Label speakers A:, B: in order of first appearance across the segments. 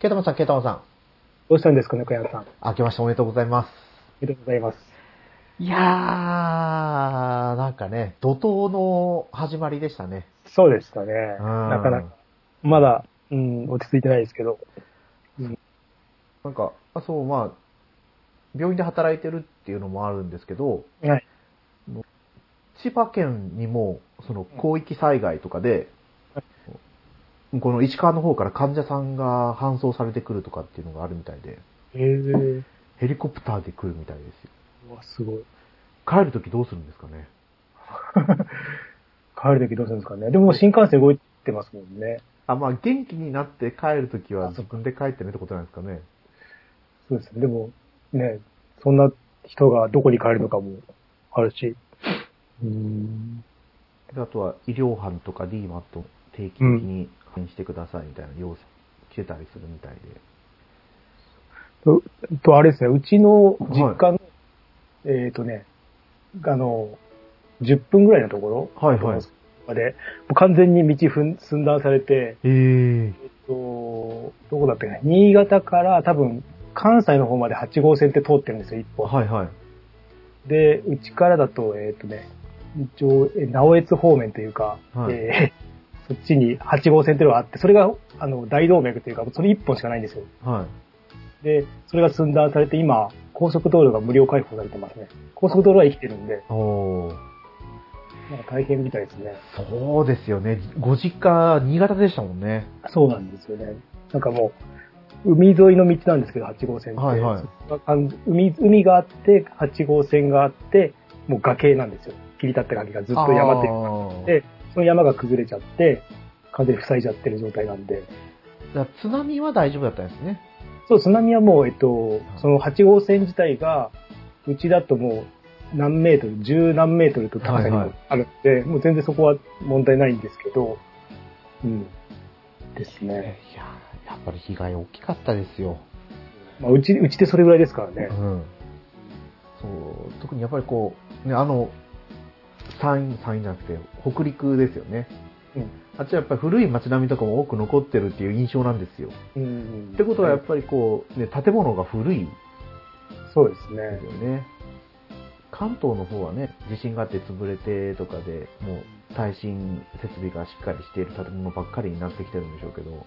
A: ケイタマンさん、ケイタマンさん。
B: どうしたんですかね、小山さん。あ
A: 明けましておめでとうございま
B: りがとうございます。
A: す。いやー、なんかね、怒涛の始まりでしたね。
B: そうでしたね。
A: うん
B: なかなか、まだ、うん、落ち着いてないですけど。
A: なんか、あそう、まあ、病院で働いてるっていうのもあるんですけど、
B: はい
A: 千葉県にも、その広域災害とかで、この石川の方から患者さんが搬送されてくるとかっていうのがあるみたいで、
B: へえ。
A: ヘリコプターで来るみたいですよ。
B: うわ、すごい。
A: 帰るときどうするんですかね
B: 帰るときどうするんですかね。でももう新幹線動いてますもんね。
A: あ、まあ元気になって帰るときは自分で帰ってねってことなんですかね。
B: そうですね。でも、ね、そんな人がどこに帰るのかもあるし。うーん。
A: であとは医療班とか D マット定期的に搬してくださいみたいな要請来てたりするみたいで。
B: と、とあれですね、うちの実家の、えっ、とね、あの、10分ぐらいのところ
A: はいはい。
B: まで、もう完全に道ふん寸断されて、
A: ええ
B: えっと、どこだったかな、新潟から多分関西の方まで8号線って通ってるんですよ、一本。
A: はいはい。
B: で、うちからだと、えっ、とね、一応、え直江津方面というか、
A: はい
B: えー そっちに8号線っていうのがあって、それが、あの、大動脈というか、それ1本しかないんですよ。
A: はい。
B: で、それが寸断されて、今、高速道路が無料開放されてますね。高速道路は生きてるんで、
A: おー
B: なんか大変みたいですね。
A: そうですよね。ご実家、新潟でしたもんね。
B: そうなんですよね。なんかもう、海沿いの道なんですけど、8号線って。
A: はいはい
B: そこが完海海があって、8号線があって、もう崖なんですよ。切り立った崖がずっと山っていうか
A: で。
B: で、その山が崩れちゃって、風で塞いじゃってる状態なんで。
A: だから津波は大丈夫だったんですね。
B: そう、津波はもう、えっと、その8号線自体が、うちだともう何メートル、十何メートルと高さに
A: はいは
B: も
A: い
B: あるので、もう全然そこは問題ないんですけど、うん。です
A: いや
B: ね。、
A: やっぱり被害大きかったですよ。
B: まあ、うち、うちでそれぐらいですからね
A: う。ん。そう、特にやっぱりこう、ね、あの、山陰、山陰じゃなくて、北陸ですよね。
B: うん
A: あっちはやっぱり古い街並みとかも多く残ってるっていう印象なんですよ。
B: うん。
A: ってことはやっぱりこう、ね、建物が古い
B: そうです
A: です
B: ね。
A: よね。関東の方はね、地震があって潰れてとかで、もう耐震設備がしっかりしている建物ばっかりになってきてるんでしょうけど、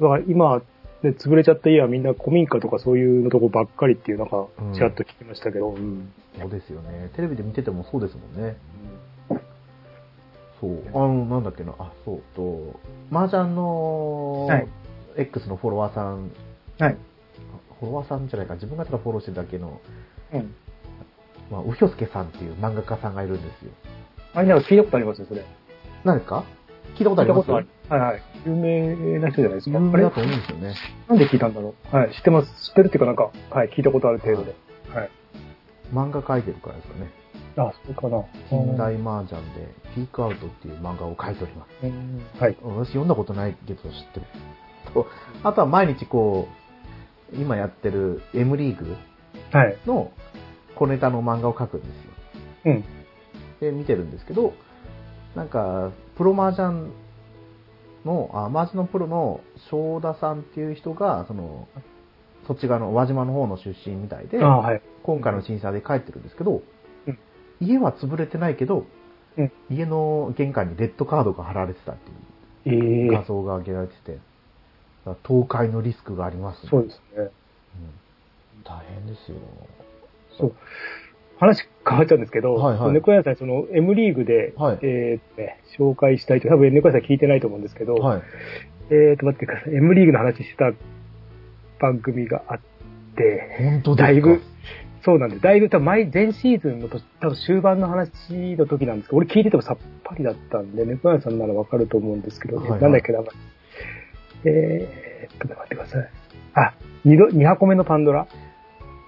B: だから今、ね、潰れちゃった家はみんな古民家とかそういうのとこばっかりっていう、なんか
A: うん、
B: ちらっと聞きましたけど、うん。
A: そうですよね。テレビで見ててもそうですもんね。そう。あの、なんだっけな、あ、そうと、麻雀の
B: はい、
A: X のフォロワーさん、
B: はい
A: フォロワーさんじゃないか、自分がただフォローしてるだけの、
B: うん。
A: まあ、うひょすけさんっていう漫画家さんがいるんですよ。
B: あれなんか聞いたことありますよ、それ。
A: 何ですか聞いたことあります
B: はいはい。有名な人じゃないですか。
A: 有
B: あ
A: 名
B: れ
A: だと思うんですよね。
B: なんで聞いたんだろう。はい。知ってます。知ってるっていうかなんか、はい。聞いたことある程度で。はい。
A: 漫画描いてるからですかね。
B: あ、そうかな。
A: 近代麻雀で、ピークアウトっていう漫画を描いております。
B: うんはい。
A: 私読んだことないけど知ってる。と、あとは毎日こう、今やってる M リーグ
B: はい。
A: の小ネタの漫画を描くんですよ。
B: うん。
A: で見てるんですけど、なんか、プロ麻雀の、あ、麻雀のプロの正田さんっていう人が、その、そっち側の輪島の方の出身みたいで、
B: あはい。
A: 今回の震災で帰ってるんですけど、
B: うん
A: 家は潰れてないけど、
B: うん
A: 家の玄関にレッドカードが貼られてたってい
B: え
A: う
B: え
A: 画像が上げられてて、だから倒壊のリスクがあります、
B: そうですね。
A: うん大変ですよ。
B: そう。話変わっちゃうんですけど、
A: はいはい
B: その猫屋さん、その M リーグで、
A: はい
B: えーっとね、紹介したいと、多分猫屋さん聞いてないと思うんですけど、
A: はい。
B: えーっと、待ってください。M リーグの話した番組があって、
A: 本当ですか
B: だいぶ、そうなんです。だいぶ、多分前、前シーズンのと、多分終盤の話の時なんですけど、俺聞いててもさっぱりだったんで、猫屋さんならわかると思うんですけど、
A: はいはい
B: なんだっけな、名前えー、っと、待ってください。あ、二度、二箱目のパンドラ、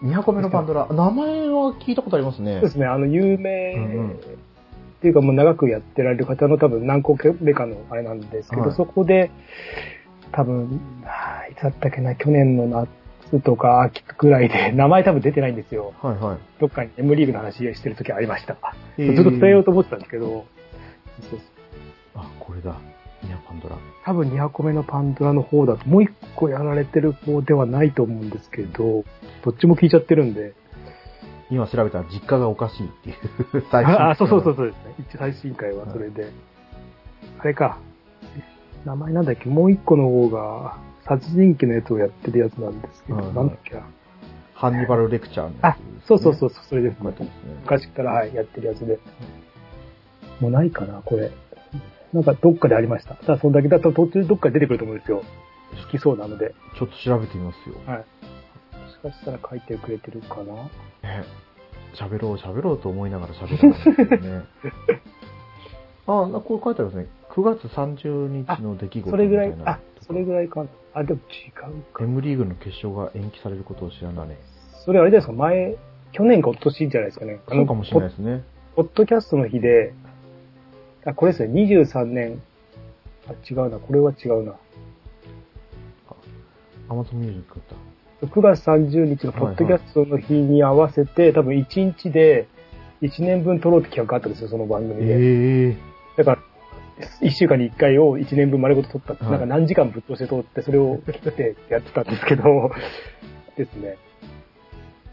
A: 2箱目のパンドラ、名前は聞いたことありますね
B: そうで。すね、あの、有名、
A: うんうん
B: っていうかもう長くやってられる方の多分何個目かのあれなんですけど、
A: はい
B: そこで、多分、あーいつだったっけな、去年の夏とか秋ぐらいで、 名前多分出てないんですよ。
A: はいはい。
B: どっかに M リーグの話してる時ありました。
A: え
B: ずっと伝えようと思ってたんですけど、そうそう
A: あ、これだ。いや、パンドラ。
B: 多分2箱目のパンドラの方だと、もう1個やられてる方ではないと思うんですけど、どっちも聞いちゃってるんで。
A: 今調べたら実家がおかしいっていう最新
B: ああ、そうそうそうそうですね。一最新回はそれで。あれか。名前なんだっけもう1個の方が、殺人鬼のやつをやってるやつなんですけど、
A: はいはい
B: なんだっけな
A: ハンニバルレクチャーのや
B: あ
A: つですね、
B: そうそうそう、それです、
A: こうやってますね
B: 昔から、はい、やってるやつで。もうないかな、これ。なんかどっかでありました。ただそんだけだと途中どっかで出てくると思うんですよ。好きそうなので。
A: ちょっと調べてみますよ。
B: はい。もしかしたら書いてくれてるかな
A: ね喋ろう喋ろうと思いながら喋ってますけど ね。あ、なこう書いてありますね。9月30日の出来事
B: それ
A: み
B: ぐ
A: た
B: ら
A: い
B: い、
A: な
B: あ、それぐらいかな。あ、でも違うか。
A: M リーグの決勝が延期されることを知らないね。
B: それあれじゃないですか、前、去年か一昨年じゃないですかね。あ
A: そ
B: の
A: うかもしれないですね。
B: ポポッドキャストの日で、あ、これですね、23年。あ、違うな、これは違うな。
A: Amazon Music だっ
B: 9月30日のポッドキャストの日に合わせて、多分1日で1年分撮ろうって企画があったんですよ、その番
A: た。
B: 組で。
A: ええ
B: だから、1週間に1回を1年分丸ごと撮ったって、
A: はい
B: なんか何時間ぶっ通して撮って、それを切ってやってたんです けど、ですね。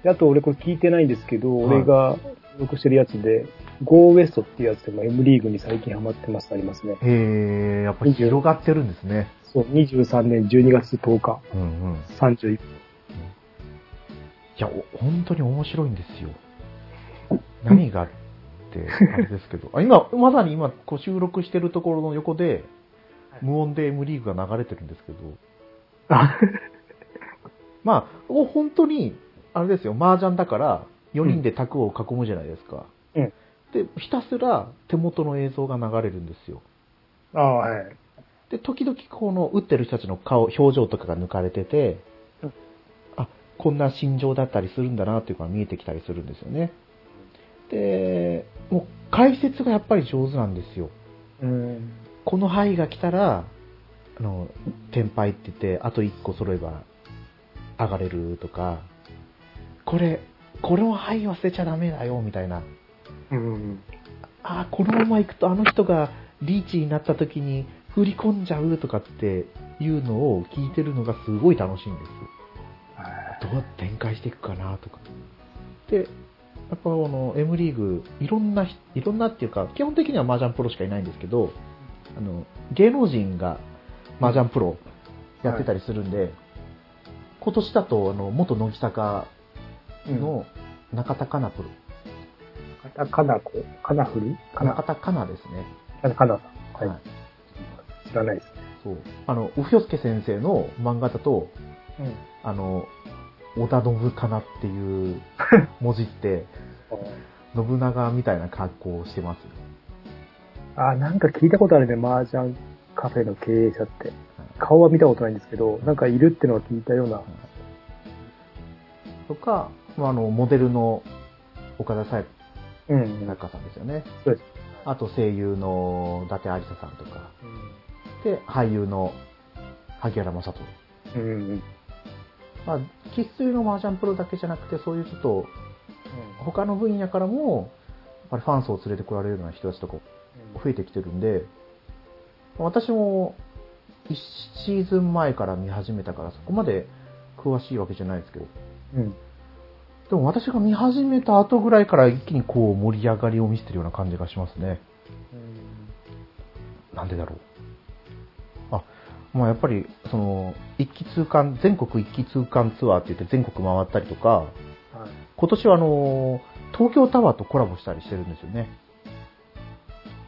B: であと俺これ聞いてないんですけど、
A: はい
B: 俺が録してるやつで、Go West っていうやつでも M リーグに最近ハマってますありますね。
A: ええやっぱり広がってるんですね。
B: そう、23年12月10日、
A: うんうん。
B: 31
A: いや、お本当に面白いんですよ。何がって、あれですけど。あ今、まさに今、こう収録してるところの横で、無音で M リーグが流れてるんですけど、
B: あ、
A: まあ、お本当に、あれですよ、麻雀だから、4人で卓を囲むじゃないですか。
B: うん
A: で、ひたすら手元の映像が流れるんですよ。
B: あはい。
A: で、時々この打ってる人たちの顔、表情とかが抜かれてて
B: うん、
A: あ、こんな心情だったりするんだなっていうのが見えてきたりするんですよね。で、もう解説がやっぱり上手なんですよ。
B: うん。
A: この範囲が来たら、あの、天敗って言って、あと1個揃えば上がれるとか、これ、この範囲は捨てちゃダメだよ、みたいな。
B: うん。
A: あーこのまま行くとあの人がリーチになった時に振り込んじゃうとかっていうのを聞いてるのがすごい楽しいんです。どう展開していくかなとか。で、やっぱこの M リーグ、いろんなひ、いろんなっていうか、基本的には麻雀プロしかいないんですけど、あの、芸能人が麻雀プロやってたりするんで、今年だと、あの、元乃木坂
B: の、
A: の中田かなプロ、
B: かかなこ、かなふりかな
A: 中、田かなですね。
B: かな、かなさん。は
A: はい
B: い。知らないです。
A: そう。あの、右京介先生の漫画だと、
B: うん。
A: あの、織田信かなって いう文字って、信長みたいな格好をしてます。
B: あ、なんか聞いたことあるね、麻雀カフェの経営者って。顔は見たことないんですけど、なんかいるってのは聞いたような。
A: とか、まあ、あの、モデルの岡田紗
B: うん。
A: 友
B: なんか
A: 中さんですよね。
B: そうです。
A: あと声優の伊達有沙さんとか。で、俳優の萩原正人。
B: うん。うん。
A: まあ、生粋の麻雀プロだけじゃなくて、そういうちょっと、
B: う
A: 他の分野からも、やっぱりファン層を連れてこられるような人たちとか増えてきてるんで、私も1シーズン前から見始めたからそこまで詳しいわけじゃないですけど、
B: うん。
A: でも私が見始めた後ぐらいから一気にこう盛り上がりを見せてるような感じがしますね。なんでだろう。あ、まあやっぱりその一気通貫、全国一気通貫ツアーって言って全国回ったりとか、
B: はい。
A: 今年はあの東京タワーとコラボしたりしてるんですよね。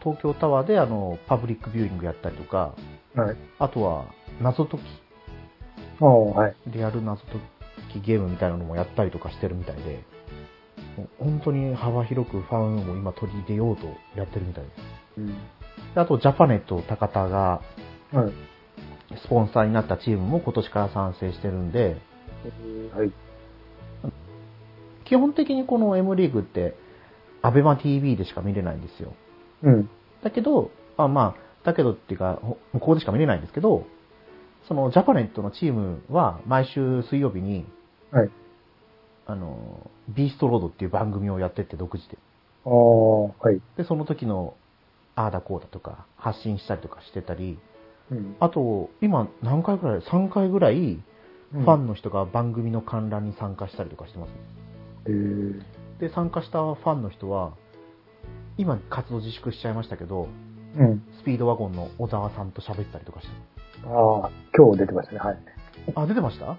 A: 東京タワーであのパブリックビューイングやったりとか、
B: はい。
A: あとは謎解
B: ああ、はい。
A: き、リアル謎解きゲームみたいなのもやったりとかしてるみたいで、もう本当に幅広くファンを今取り入れようとやってるみたいで
B: うん。
A: す。であとジャパネット高田が
B: はい。
A: スポンサーになったチームも今年から参戦してるんで、
B: はい。
A: 基本的にこの M リーグってアベマ t v でしか見れないんですよ。
B: うん。
A: だけど、あまあ、だけどっていうか、ほ向こうでしか見れないんですけど、そのジャパネットのチームは毎週水曜日に、
B: はい
A: あの、ビーストロードっていう番組をやってって独自で。
B: ああ、はい。
A: で、その時のああだこうだとか発信したりとかしてたり、
B: うん。
A: あと、今何回くらい、3回ぐらい、
B: フ
A: ファンの人が番組の観覧に参加したりとかしてます。
B: えー、
A: で、参加したファンの人は、今活動自粛しちゃいましたけど、
B: うん。
A: スピードワゴンの小沢さんと喋ったりとかして
B: ああ、今日出てましたね、はい。
A: あ、出てました
B: あ、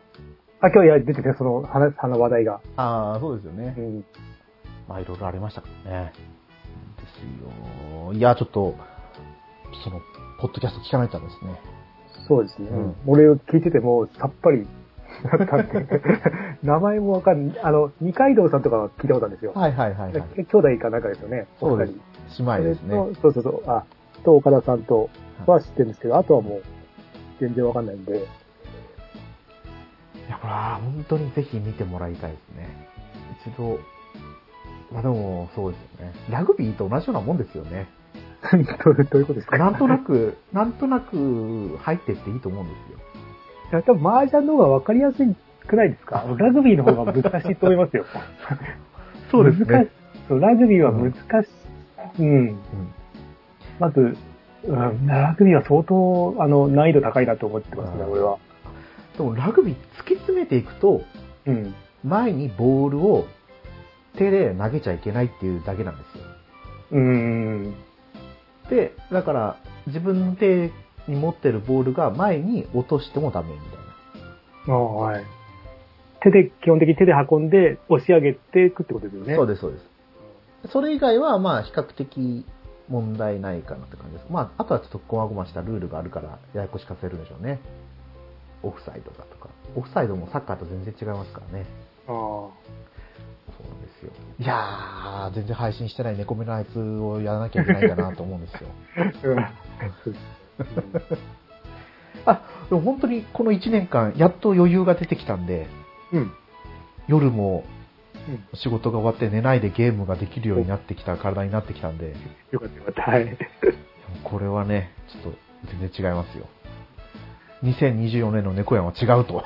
B: 今日、いや、出てて、その、話、あの話題が。
A: ああ、そうですよね
B: う。ん。
A: まあ、いろいろありましたからね。ですよ。いや、ちょっと、その、ポッドキャスト聞かないとダメですね。
B: そうですね。
A: うん
B: 俺を聞いてても、さっぱり、 だったんで。名前もわかんあの、二階堂さんとかは聞いたことあるんですよ。
A: はいはいはいはい。
B: 兄弟かなんかですよね。
A: そうで
B: お
A: す
B: 二人。
A: 姉妹ですね。
B: それとそうそうそう。あ、と岡田さんとは知ってるんですけど、あとはもう、全然わかんないんで。
A: いや、これは本当にぜひ見てもらいたいですね。一度、まあでも、そうですよね。ラグビーと同じようなもんですよね。
B: どうどういうことです か
A: なんとなく、なんとなく入ってっていいと思うんですよ。
B: いや、多分麻雀の方が分かりやすくないですかラグビーの方が難しいと思いますよ。難し。そう、ラグビーは難しい。うん。
A: うん
B: まず、うん、ラグビーは相当、あの、難易度高いなと思ってますね、
A: うん
B: 俺は。
A: でもラグビー突き詰めていくと、
B: うん。
A: 前にボールを手で投げちゃいけないっていうだけなんですよ。
B: うん。
A: で、だから自分の手に持ってるボールが前に落としてもダメみたい
B: ああはい。手で、基本的に手で運んで、押し上げていくってことですよ
A: な。
B: ね。
A: そう
B: で
A: です、そうです。それ以外は、まあ、比較的問題ないかなって感じです。まあ、あとはちょっと細々したルールがあるから、ややこしかせるんでしょうね。オフサイドだとか。オフサイドもサッカーと全然違いますからね。
B: す。あ
A: そうなんですよ。いやー、全然配信してない猫目のあいつをやらなきゃいけないかなと思うんですよ。
B: あ。そうです
A: あ、でも本当にこの1年間、やっと余裕が出てきたんで、
B: うん。うん。
A: 夜も
B: うん
A: 仕事が終わって寝ないでゲームができるようになってきた体になってきたんで、
B: よかったよかった。はい。
A: これはね、ちょっと全然違いますよ。2024年の猫やんは違う と。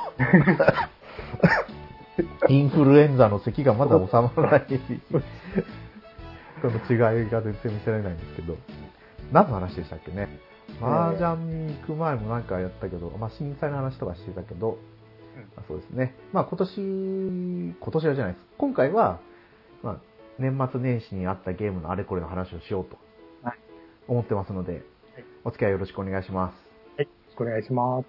A: インフルエンザの咳がまだ収まらない。この違いが全然見せられないんですけど。何の話でしたっけね。麻雀に行く前もなんかやったけど、まあ震災の話とかしてたけど、あそうですね。まあ今年、今年はじゃないです。今回は、まあ年末年始にあったゲームのあれこれの話をしようと思ってますので、お付き合いよろしくお願いします。
B: はい。よろしくお願いします。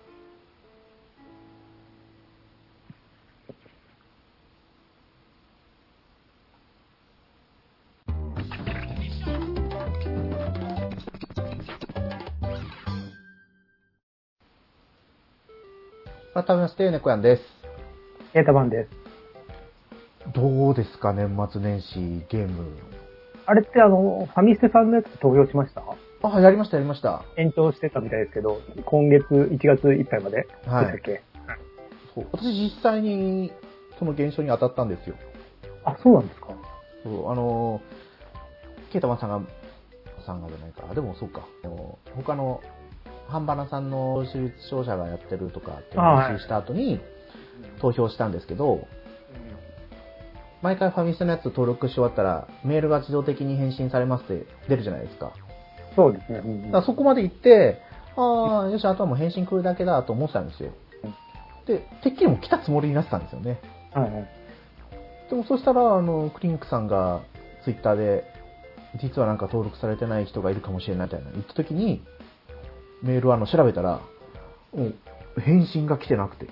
A: 改めまして、猫やんです。
B: エータバンです。
A: どうですか、年末年始ゲーム。
B: あれってあの、ファミステさんのやつ投票しました
A: あ、やりました、やりました。
B: 延長してたみたいですけど、今月1月いっぱいまで、
A: はい
B: でしたっけ
A: そう私、実際にその現象に当たったんですよ。
B: あ、そうなんですか
A: そうあのー、ケイタマンさんが、さんがじゃないから、でもそうか、あの他の、ハンバナさんの手術症者がやってるとかっていう
B: あは
A: 話
B: い
A: した後に投票したんですけど、毎回ファミステのやつ登録し終わったら、メールが自動的に返信されますって出るじゃないですか。
B: そうですね。う
A: だ
B: ん
A: からそこまで行って、ああ、よし、あとはもう返信来るだけだと思ってたんですよ。で、てっきりもう来たつもりになってたんですよね。
B: はいはい
A: でもそしたら、あの、クリンクさんがツイッターで、実はなんか登録されてない人がいるかもしれないみたいな言った時に、メールをあの調べたら、もう返信が来てなくて、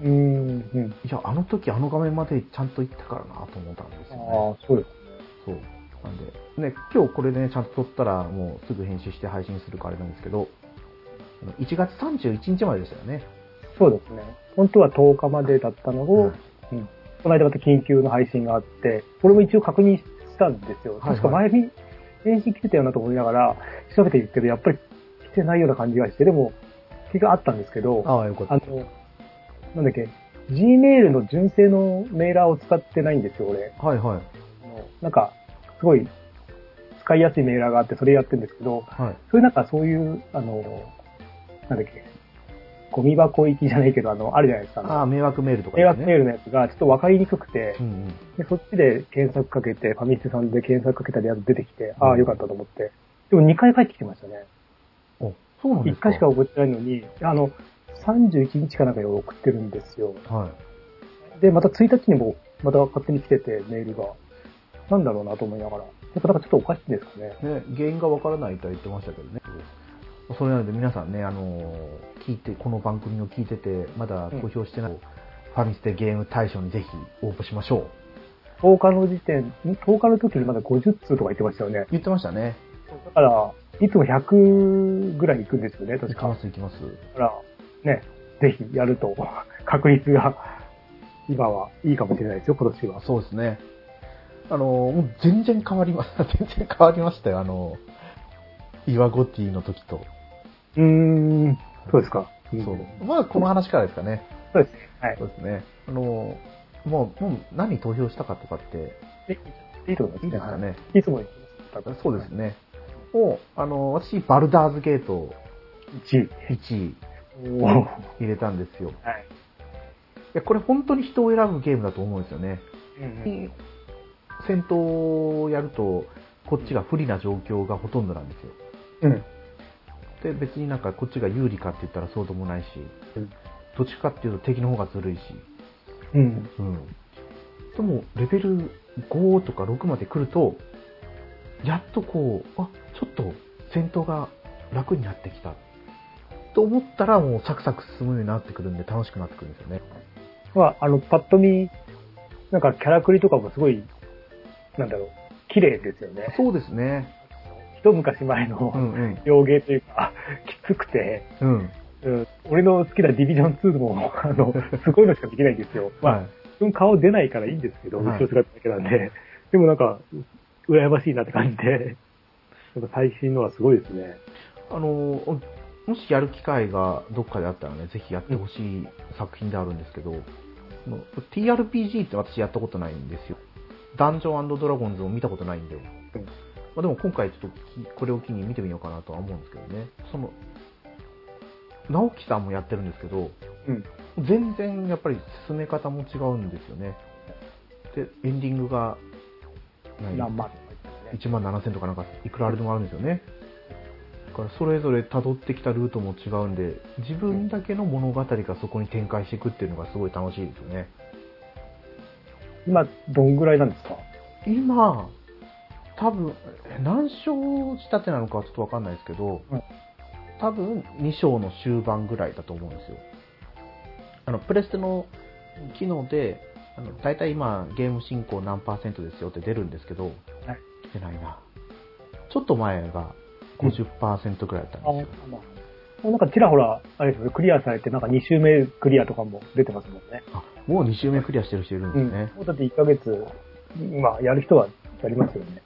B: うーん。うん
A: いや、あの時あの画面までちゃんと行ったからなと思ったんです
B: あ
A: よ
B: あ
A: ね。、
B: そうです。
A: そう。なんで、ね、今日これでね、ちゃんと撮ったら、もうすぐ編集して配信するからあれなんですけど、あの1月31日まででしたよね。
B: そうですね。本当は10日までだったの
A: は
B: を、
A: い
B: うんこの間また緊急の配信があって、俺も一応確認したんですよ。
A: はいはい
B: 確か前に返信来てたよなと思いながら、調べていくけど、やっぱり来てないような感じがして、でも、気があったんですけど、
A: ああ、よかっ
B: あ
A: た。
B: の、なんだっけ、Gmail の純正のメーラーを使ってないんですよ、俺。
A: はいはい。
B: なんか、すごい、使いやすいメーラーがあって、それやってるんですけど、
A: はい。
B: そういうなんかそういう、あの、なんだっけ、ゴミ箱行きじゃないけど、あの、あるじゃないですか。
A: ああ、迷惑メールとか
B: 迷惑メー
A: ル。
B: ルのやつがちょっと分かりにくくて
A: う、んうん。
B: でそっちで検索かけて、ファミステさんで検索かけたらやつ出てきて、あ
A: う
B: あ、
A: ん
B: よかったと思って。でも2回帰ってきてましたね。
A: お、そうなんで
B: 一
A: すか
B: 回しか送ってないのに、あの、31日かなんかに送ってるんですよ。
A: はい。
B: で、また1日にも、また勝手に来てて、メールが。なんだろうなと思いながら。やっぱなんかちょっとおかしいですかね。
A: ね、原因がわからないとは言ってましたけどね。それなので皆さんね、あのー聞いて、この番組を聞いてて、まだ投票してない、ファミステゲーム大賞にぜひ応募しましょう。
B: 10日の時点、ん10日の時にまだ50通とか言ってましたよね。
A: 言ってましたね。
B: だから、いつも100ぐらい行くんですよね、
A: 行
B: 確
A: き
B: か。
A: ます行きます。
B: だから、ね、ぜひやると、 確率が、今はいいかもしれないですよ、今年は。
A: そうですね。あのーもう全然変わりま した。全然変わりましたよ。あのー、イワゴティの時と。
B: うーん、そうですか。ん
A: そう。まあ、この話からですかね。
B: そうですね。はい。
A: そうですね。あのーもう、もう何投票したかとかって、
B: ぜひいいと思います
A: いいですか。ね。
B: はいいつも言ってます
A: そうですね。を、あの、私、バルダーズゲート
B: 1位。
A: 1位
B: おー
A: 入れたんですよ。い
B: はい。
A: や、これ本当に人を選ぶゲームだと思うんですよね。
B: うん
A: 戦闘をやると、こっちが不利な状況がほとんどなんですよ。
B: うん。
A: で、別になんかこっちが有利かって言ったらそうでもないし
B: うん、
A: どっちかっていうと敵の方がずるいし、
B: うん。
A: うん。でも、レベル5とか6まで来ると、やっとこう、あ、ちょっと戦闘が楽になってきた。と思ったらもうサクサク進むようになってくるんで楽しくなってくるんですよね。
B: まあ、あの、パッと見、なんかキャラクリとかもすごい、なんだろう、綺麗ですよね。
A: そうですね。
B: 一昔前
A: う
B: の
A: んうん。
B: 洋芸というか、きつくて、
A: うん。
B: うん俺の好きなディビジョン2も、 あ の、すごいのしかできないんですよ。まあ、
A: はい。
B: 自分顔出ないからいいんですけど、
A: はい
B: 後ろ姿だけなんで。でもなんか、羨ましいなって感 じで。やっぱ最新のはすごいですね。
A: あの、もしやる機会がどっかであったらね、ぜひやってほしい作品であるんですけど、あの TRPG って私やったことないんですよ。ダンジョンドラゴンズを見たことないんで。
B: うん
A: まあ、でも今回ちょっときこれを機に見てみようかなとは思うんですけどね。その、直樹さんもやってるんですけど、
B: うん
A: 全然やっぱり進め方も違うんですよね。で、エンディングが、何
B: 何万
A: 1万7000とかなんかいくらあれでもあるんですよねだからそれぞれ辿ってきたルートも違うんで自分だけの物語がそこに展開していくっていうのがすごい楽しいですよね
B: 今、どんぐらいなんですか
A: 今多分何章仕立てなのかはちょっとわかんないですけど、
B: うん
A: 多分2章の終盤ぐらいだと思うんですよあのプレステの機能であの大体今ゲーム進行何パーセントですよって出るんですけど、出ないなちょっと前が50%ぐらいだったんですよ、
B: まあなんかちらほら、あれですよね、クリアされて、なんか2周目クリアとかも出てますもんね。
A: あもう2周目クリアしてる人いるんですね、
B: もうだって1ヶ月、まあ、やる人はやりますよね。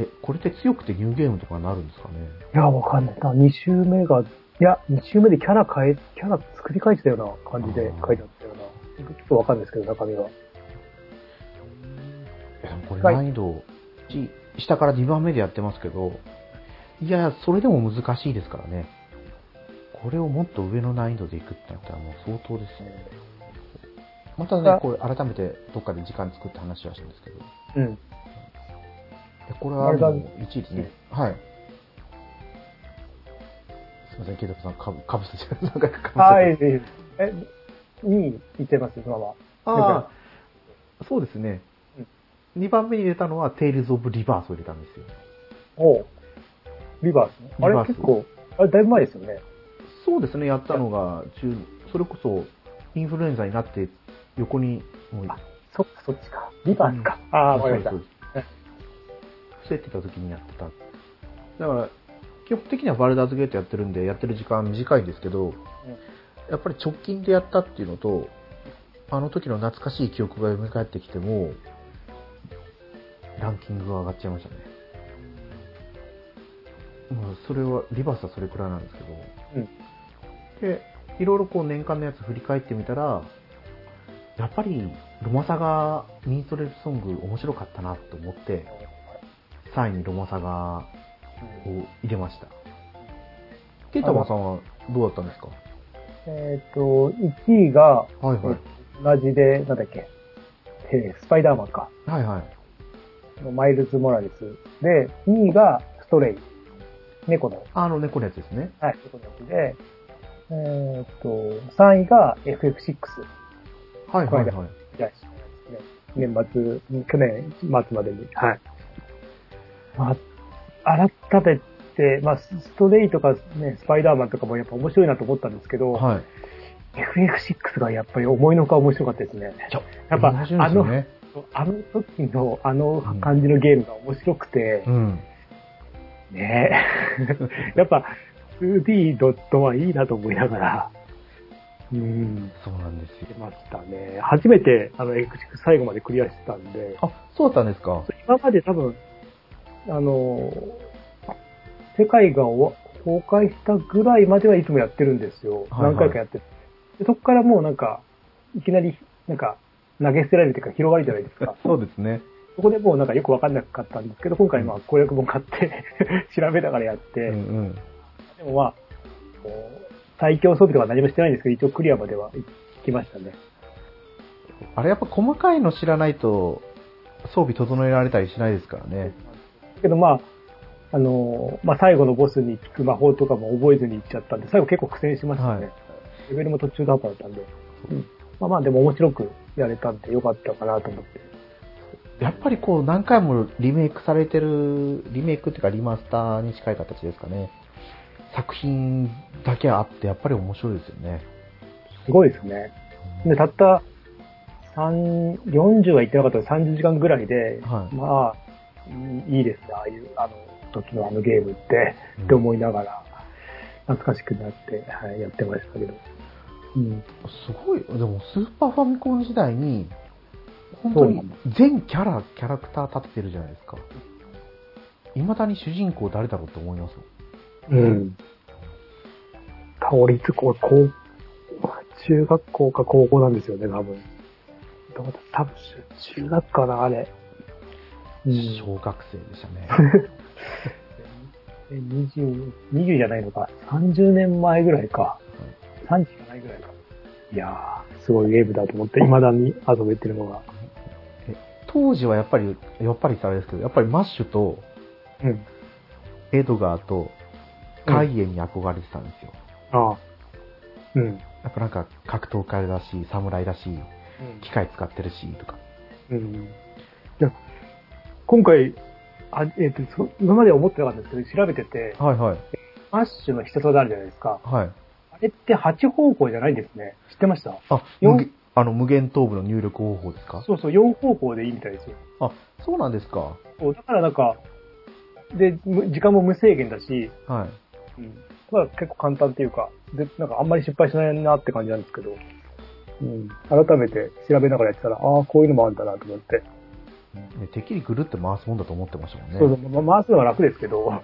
A: えこれって強くてニューゲームとかになるんですかね
B: いや、わかんない。2周目が、いや、2周目でキャラ変え、キャラ作り返したような感じで書いてあったような。ちょっとわかんないですけど、中身が。
A: いやでもこれ
B: はい
A: 難易度、し下から2番目でやってますけど、いや、それでも難しいですからね。これをもっと上の難易度でいくってなったらもう相当ですね。またね
B: あ、
A: これ改めてどっかで時間作って話はしたんですけど、い
B: うん。
A: やこれはもう1位ですね。はい。すいません、ケイタさん、かぶ、かぶせちゃう。なんかかぶせちゃう
B: はい。え、2位いっちゃいます、今は。
A: ああ、そうですね
B: うん。
A: 2番目に入れたのは、テイルズ・オブ・リバースを入れたんですよ。
B: おうリバースね。あ
A: リ
B: れ
A: バース
B: 結構、あれだいぶ前ですよね。
A: そうですね、やったのが中、それこそインフルエンザになって、横にもう、
B: あそっか、そっちか。リバースか。ああ、わかりました。
A: そう
B: う
A: ですそうです伏せてた時にやってた。だから、基本的にはバルダーズゲートやってるんで、やってる時間短いんですけど、やっぱり直近でやったっていうのと、あの時の懐かしい記憶が蘇ってきても、ランキングが上がっちゃいましたね。まあ、それは、リバースはそれくらいなんですけど、
B: うん
A: で、いろいろこう年間のやつ振り返ってみたら、やっぱり、ロマサガミニストレルソング面白かったなと思って、3位にロマサガ
B: ん
A: を入れました。ケイタマさんはどうだったんですか
B: えっ、と、1位が
A: はい
B: はい。同じで、なんだっけ、えースパイダーマンか。
A: はいはい。
B: マイルズ・モラレス。で、2位がストレイ。猫の、
A: あの猫のやつですね。
B: はい、猫のやつで、えーっと、3位が FF6。
A: はいはいはい。
B: じゃあ年末、去年末までに。
C: はい。
B: まあ、改めて、まあ、スストレイとかね、スパイダーマンとかもやっぱ面白いなと思ったんですけど、
A: はい。
B: FF6 がやっぱり思いのほか面白かったですね。
A: ちょ
B: やっぱ、
A: 面白い
B: あ
A: ですよ
B: の、
A: ね。
B: あの時のあの感じのゲームが面白くて
A: う、ん。
B: ね えやっぱ 2D ドットはいいなと思いながら、うん、
A: そうなんですよ
B: 出。ましたね。初めてあの X6 最後までクリアしてたんで、
A: あ、そうだったんですか。
B: 今まで多分、あの、世界がお崩壊したぐらいまではいつもやってるんですよ。
A: はいはい
B: 何回かやってる。でそこからもうなんか、いきなり、なんか、投げ捨てられるというか広がるじゃないですか。
A: そうですね。
B: そこでもうなんかよくわかんなかったんですけど、今回まあ攻略本買って 調べながらやって、
A: うんうん。
B: でもまあ、こう最強装備とか何もしてないんですけど、一応クリアまでは行きましたね。
A: あれやっぱ細かいの知らないと装備整えられたりしないですからね。
B: けどまあ、あのーまあ最後のボスに効く魔法とかも覚えずに行っちゃったんで、最後結構苦戦しましたね。
A: はい
B: レベルも途中で半端だったんで。うんまあまあでも面白くやれたんでよかったかなと思って。
A: やっぱりこう何回もリメイクされてる、リメイクっていうかリマスターに近い形ですかね。作品だけあってやっぱり面白いですよね。
B: すごいですね。で、たった3、40は行ってなかったです30時間ぐらいで、
A: はい
B: まあ、うんいいですね、ああいう、あの、時のあのゲームって、
A: うん
B: って思いながら、懐かしくなって、はい、やってましたけど。うん。
A: すごい、でもスーパーファミコン時代に、本当に
B: そうな
A: 全キャラ、キャラクター立ててるじゃないですか。いまだに主人公誰だろうと思いますよ
C: うん。倒立校、高、中学校か高校なんですよね、多分。どうだ多分、中学かな、あれ。うん。
A: 小学生でしたね。
B: え20、20じゃないのか、30年前ぐらいか、30じゃないぐらいか。いやー、すごいゲームだと思って、未だに遊べてるのが。
A: 当時はやっぱり、やっぱりってあれですけど、やっぱりマッシュと
C: うん。
A: エドガーとカイエに憧れてたんですよ。
C: ああ。うん。
A: やっぱなんか格闘家だし、侍だし、機械使ってるし、とか。
C: うん。
B: いや今回、あえっ、とそ、今までは思ってなかったんですけど、調べてて、
A: はいはい。
B: マッシュの必殺あるじゃないですか。
A: はい。
B: あれって8方向じゃないんですね。知ってました
A: あ、
B: よん
A: 無限あの無限頭部の入力方法ですか
B: そうそう、4方向でいいみたいですよ。
A: あ、そうなんですか。
B: そうだからなんか、で、む時間も無制限だし、
A: はい。
B: うん。まあ結構簡単っていうか、で、なんかあんまり失敗しないなって感じなんですけど、うん。改めて調べながらやってたら、ああ、こういうのもあるんだなと思って。
A: ね、てっきりぐるって回すもんだと思ってましたもんね。
B: そうそう、ま回すのは楽ですけど、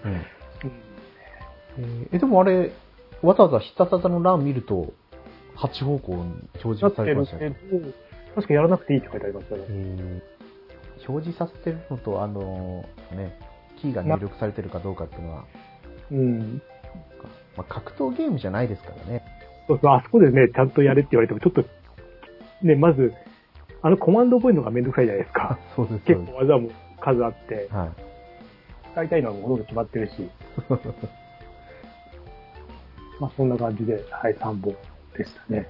A: うん
B: うん。
A: えーえでもあれ、わざわざ必殺技の欄見ると、8方向に表
B: な
A: 示
B: って
A: されて
B: る
A: ました
B: け
A: ね。
B: ど、確かやらなくていいって書いてありましたね
A: え。ー表示させてるのと、あのーね、キーが入力されてるかどうかっていうのは、
B: うん。
A: まあ、格闘ゲームじゃないですからね。
B: そうそう、あそこでね、ちゃんとやれって言われても、ちょっと、ね、まず、あのコマンド覚えるのがめんどくさいじゃないですか。
A: そうです、そ
B: 結
A: うで
B: 構技も数あって
A: す。、はい。
B: 使いたいのはもうほとんど決まってる し。まあそんな感じで、はい、3本でしたね。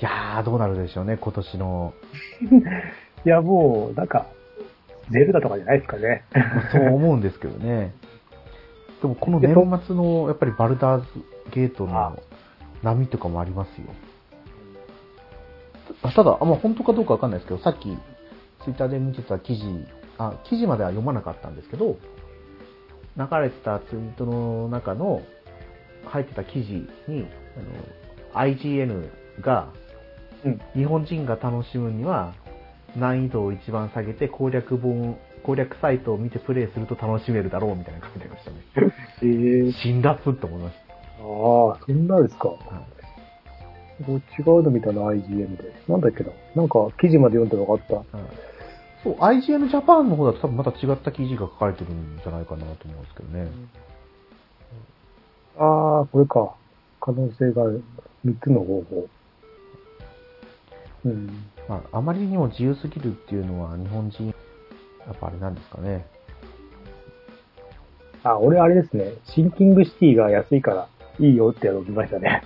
A: いやー、どうなるでしょうね、今年の。
B: いや、もう、なんか、ゼルダとかじゃないですかね。
A: まあそう思うんですけどね。でもこの年末の、やっぱりバルダーズゲート
B: あ
A: の波とかもありますよ。あただ、あまあ、本当かどうかわかんないですけど、さっきツイッターで見てた記事、あ、記事までは読まなかったんですけど、流れてたツイートの中の入ってた記事に、あの、IGN が、
B: うん
A: 日本人が楽しむには難易度を一番下げて攻略本、攻略サイトを見てプレイすると楽しめるだろうみたいなの書いてありましたね。
B: ええ
A: 死んだっつって思いまし
B: ああ、そんなですか。
A: た。はい
C: 違うの見たな、IGM で。なんだっけな。なんか、記事まで読んで分かった。
A: はいそう、IGN ジャパンの方だと多分また違った記事が書かれてるんじゃないかなと思うんですけどね。
C: ああ、これか。可能性がある。3つの方法。うん。
A: まあ、あまりにも自由すぎるっていうのは日本人、やっぱあれなんですかね。
B: あ、俺あれですね。シンキングシティが安いからいいよってやつをきましたね。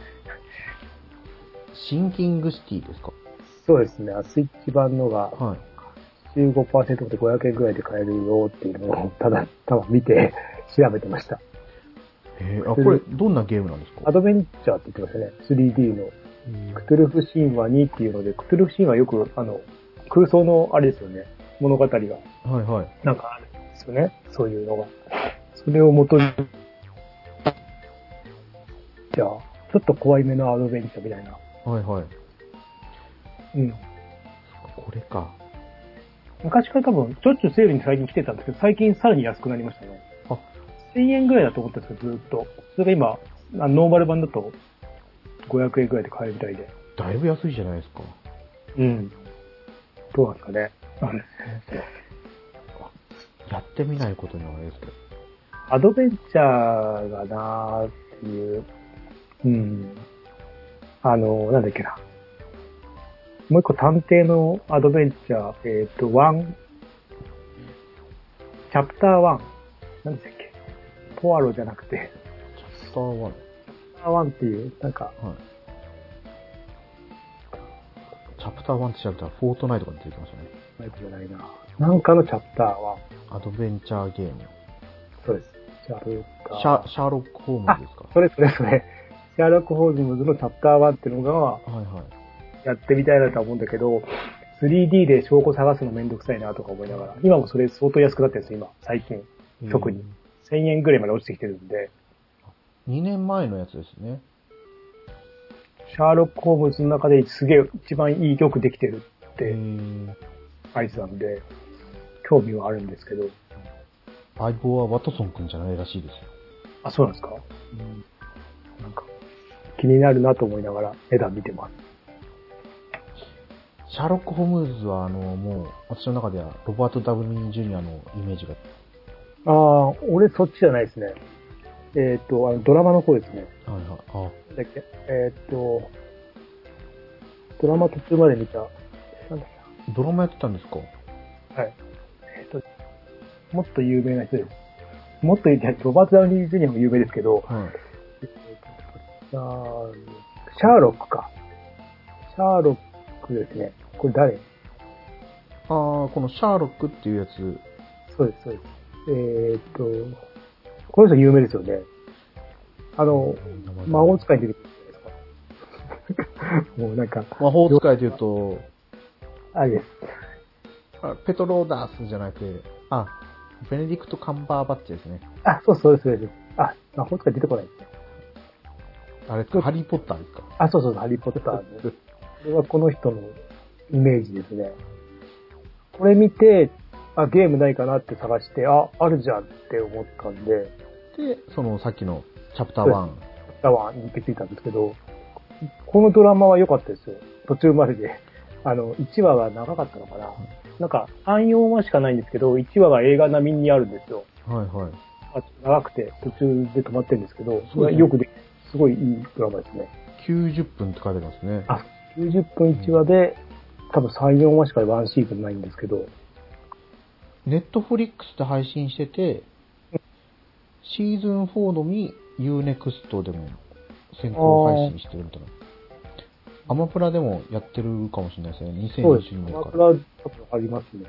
A: シンキングシティですか
B: そうですね。スイッチ版のが
A: はい。
B: 15%で500円くらいで買えるよっていうのをただ、ただ見て 調べてました。
A: えー、あ、これ、どんなゲームなんです
B: ア
A: か
B: ドベンチャーって言ってましたね。3D の。クトゥルフ神話2っていうので、クトゥルフ神話よく、あの、空想のあれですよね。物語が。
A: はいはい。
B: なんかあるんですよね。そういうのが。それを元に、じゃあ、ちょっと怖いめのアドベンチャーみたいな。
A: はいはい。
B: うん。
A: これか。
B: 昔から多分、ちょっちゅうセールに最近来てたんですけど、最近さらに安くなりましたね。
A: あ
B: 1000円ぐらいだと思ったんですよ、ずーっと。それが今、あノーマル版だと500円ぐらいで買えるみたいで。
A: だいぶ安いじゃないですか。
B: うん。どうなんですかね。あの
A: やってみないことにはあれですけど。
B: アドベンチャーがなーっていう、うん。あの、なんだっけな。もう一個探偵のアドベンチャー、えっ、と、ワン、チャプター1、なんでしたっけ、ポアロじゃなくて、
A: チャプター1。はい。
B: チャプター1っていう、なんか、
A: チャプター1って調べたら、フォートナイトが出てきましたね。
B: タイプじゃないな。なんかのチャプター1。
A: アドベンチャーゲーム。
B: そうです。チャプター
A: シャシャーロック・ホームズですか
B: それそれそれ。シャーロック・ホーズムズのチャプター1っていうのが、
A: はいはい。
B: やってみたいなとは思うんだけど、3D で証拠探すのめんどくさいなとか思いながら、今もそれ相当安くなってるんですよ、今、最近。特に。1000円ぐらいまで落ちてきてるんで、
A: 2年前のやつですね。
B: シャーロック・ホームズの中ですげえ一番いい曲できてるっ
A: え
B: て
A: ー、
B: 合図なんで、興味はあるんですけど、
A: 相棒はワトソン君じゃないらしいですよ。
B: あ、そうなんですか、なんか、気になるなと思いながら値段見てます。
A: シャーロック・ホームズは、あの、もう、私の中では、ロバート・ダブニー・ジュニアのイメージが。
B: ああ、俺そっちじゃないですね。えっ、と、あの、ドラマの方ですね。
A: はいはい。あ、
B: なんだっけ、えーっと、ドラマ途中まで見た、なんだっ
A: ドラマやってたんですか
B: け、はい。えーっと、もっと有名な人です。もっと言って、ロバート・ダウニー・ジュニアも有名ですけど、
A: はい。
B: あーシャーロックか。シャーロックですね。これ誰
A: あー、このシャーロックっていうやつ、
B: そうです、そうです。えーっと、この人有名ですよね。あの、魔法使いに出てくる じゃないですか。もうなんか、
A: 魔法使いというと、
B: あれです。
A: あペトローダースじゃなくて、あ、ベネディクト・カンバーバッチですね。
B: あ、そうそうです、そうです。あ、魔法使い出てこないですね。
A: あれですかハリー・ポッターですか
B: あ、そうそうそう、ハリー・ポッターね。これはこの人のイメージですね。これ見て、あ、ゲームないかなって探して、あ、あるじゃんって思ったんで、
A: で、そのさっきのチャプター1。
B: タワーに行ってついたんですけど、このドラマは良かったですよ。途中までで。 あの、1話は長かったのかな。なんか、3、4話しかないんですけど、1話が映画並みにあるんですよ。
A: はいはい。
B: あ長くて、途中で止まってるんですけど、そ
A: そうですね
B: れはよくできて、すごいいいドラマですね。
A: 90分って書いてますね。
B: あ90分1話で、多分3、4話しか1シーズンないんですけど、
A: ネットフリックスで配信してて、シーズン4のみ Unext でも先行配信してるみたいな。アマプラでもやってるかもしれないですね。
B: そうです。
A: 2020年
B: 鎌
A: から。
B: 倉、多分ありますね。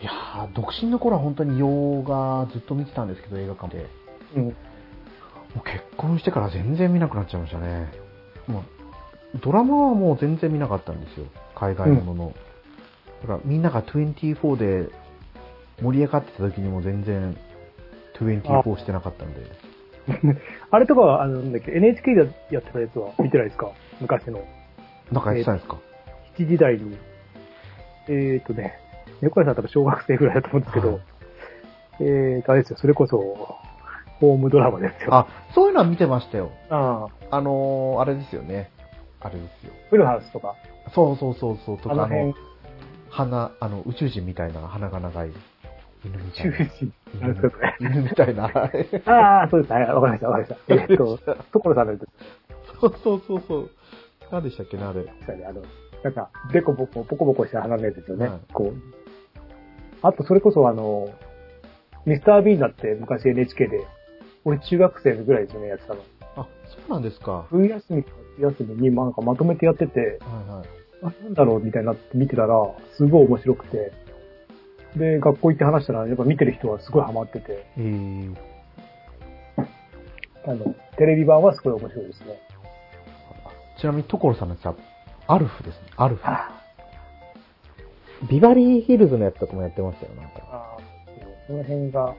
A: いやー、独身の頃は本当に洋画ずっと見てたんですけど、映画館で。
B: うん。
A: もう結婚してから全然見なくなっちゃいましたね。もうドラマはもう全然見なかったんですよ。海外ものの。だからみんなが24で盛り上がってた時にも全然24してなかったんで。
B: あれとかは、あの、なんだっけ、NHK がやってたやつは見てないですか昔の。
A: なんかやってたんですか、
B: 7時台に。えーとね、猫屋さん多分小学生ぐらいだと思うんですけ
A: は
B: ど、えーと、あれですよ、それこそ、ホームドラマですよ。
A: あ、そういうのは見てましたよ。
B: ああ、
A: あのー、あれですよね。あれですよ。
B: フルハウスとか、
A: そうそうそうそう、とか
B: あの
A: あの
B: 辺、、
A: 鼻、あの、宇宙人みたいな鼻が長い犬みたいな。
B: 中心。なんですか、それ。
A: 犬みたいな。
B: ああ、そうです。はい、わかりました、わかりました。 えーと、所さんのやつ
A: そうそうそうそう。何でしたっけね、あれ。
B: 確かに、あの、なんか、でこぼこ、ぼこぼこした鼻のやつですよね。
A: はい
B: こう。あと、それこそ、あの、ミスター・ビーンだって昔 NHK で、俺中学生ぐらいですよね、やってたの。
A: あ、そうなんですか。
B: 冬休みか夏休みにまあなんかまとめてやってて、
A: はいはい。
B: あ、なんだろうみたいになって見てたら、すごい面白くて。で、学校行って話したら、やっぱ見てる人はすごいハマってて、
A: えー、
B: あの、テレビ版はすごい面白いですね。
A: ちなみに所さんのやつは、アルフですね。アルフ。
B: あ
D: ビバリーヒルズのやつとかもやってましたよ、なんか。
B: あ、その辺が、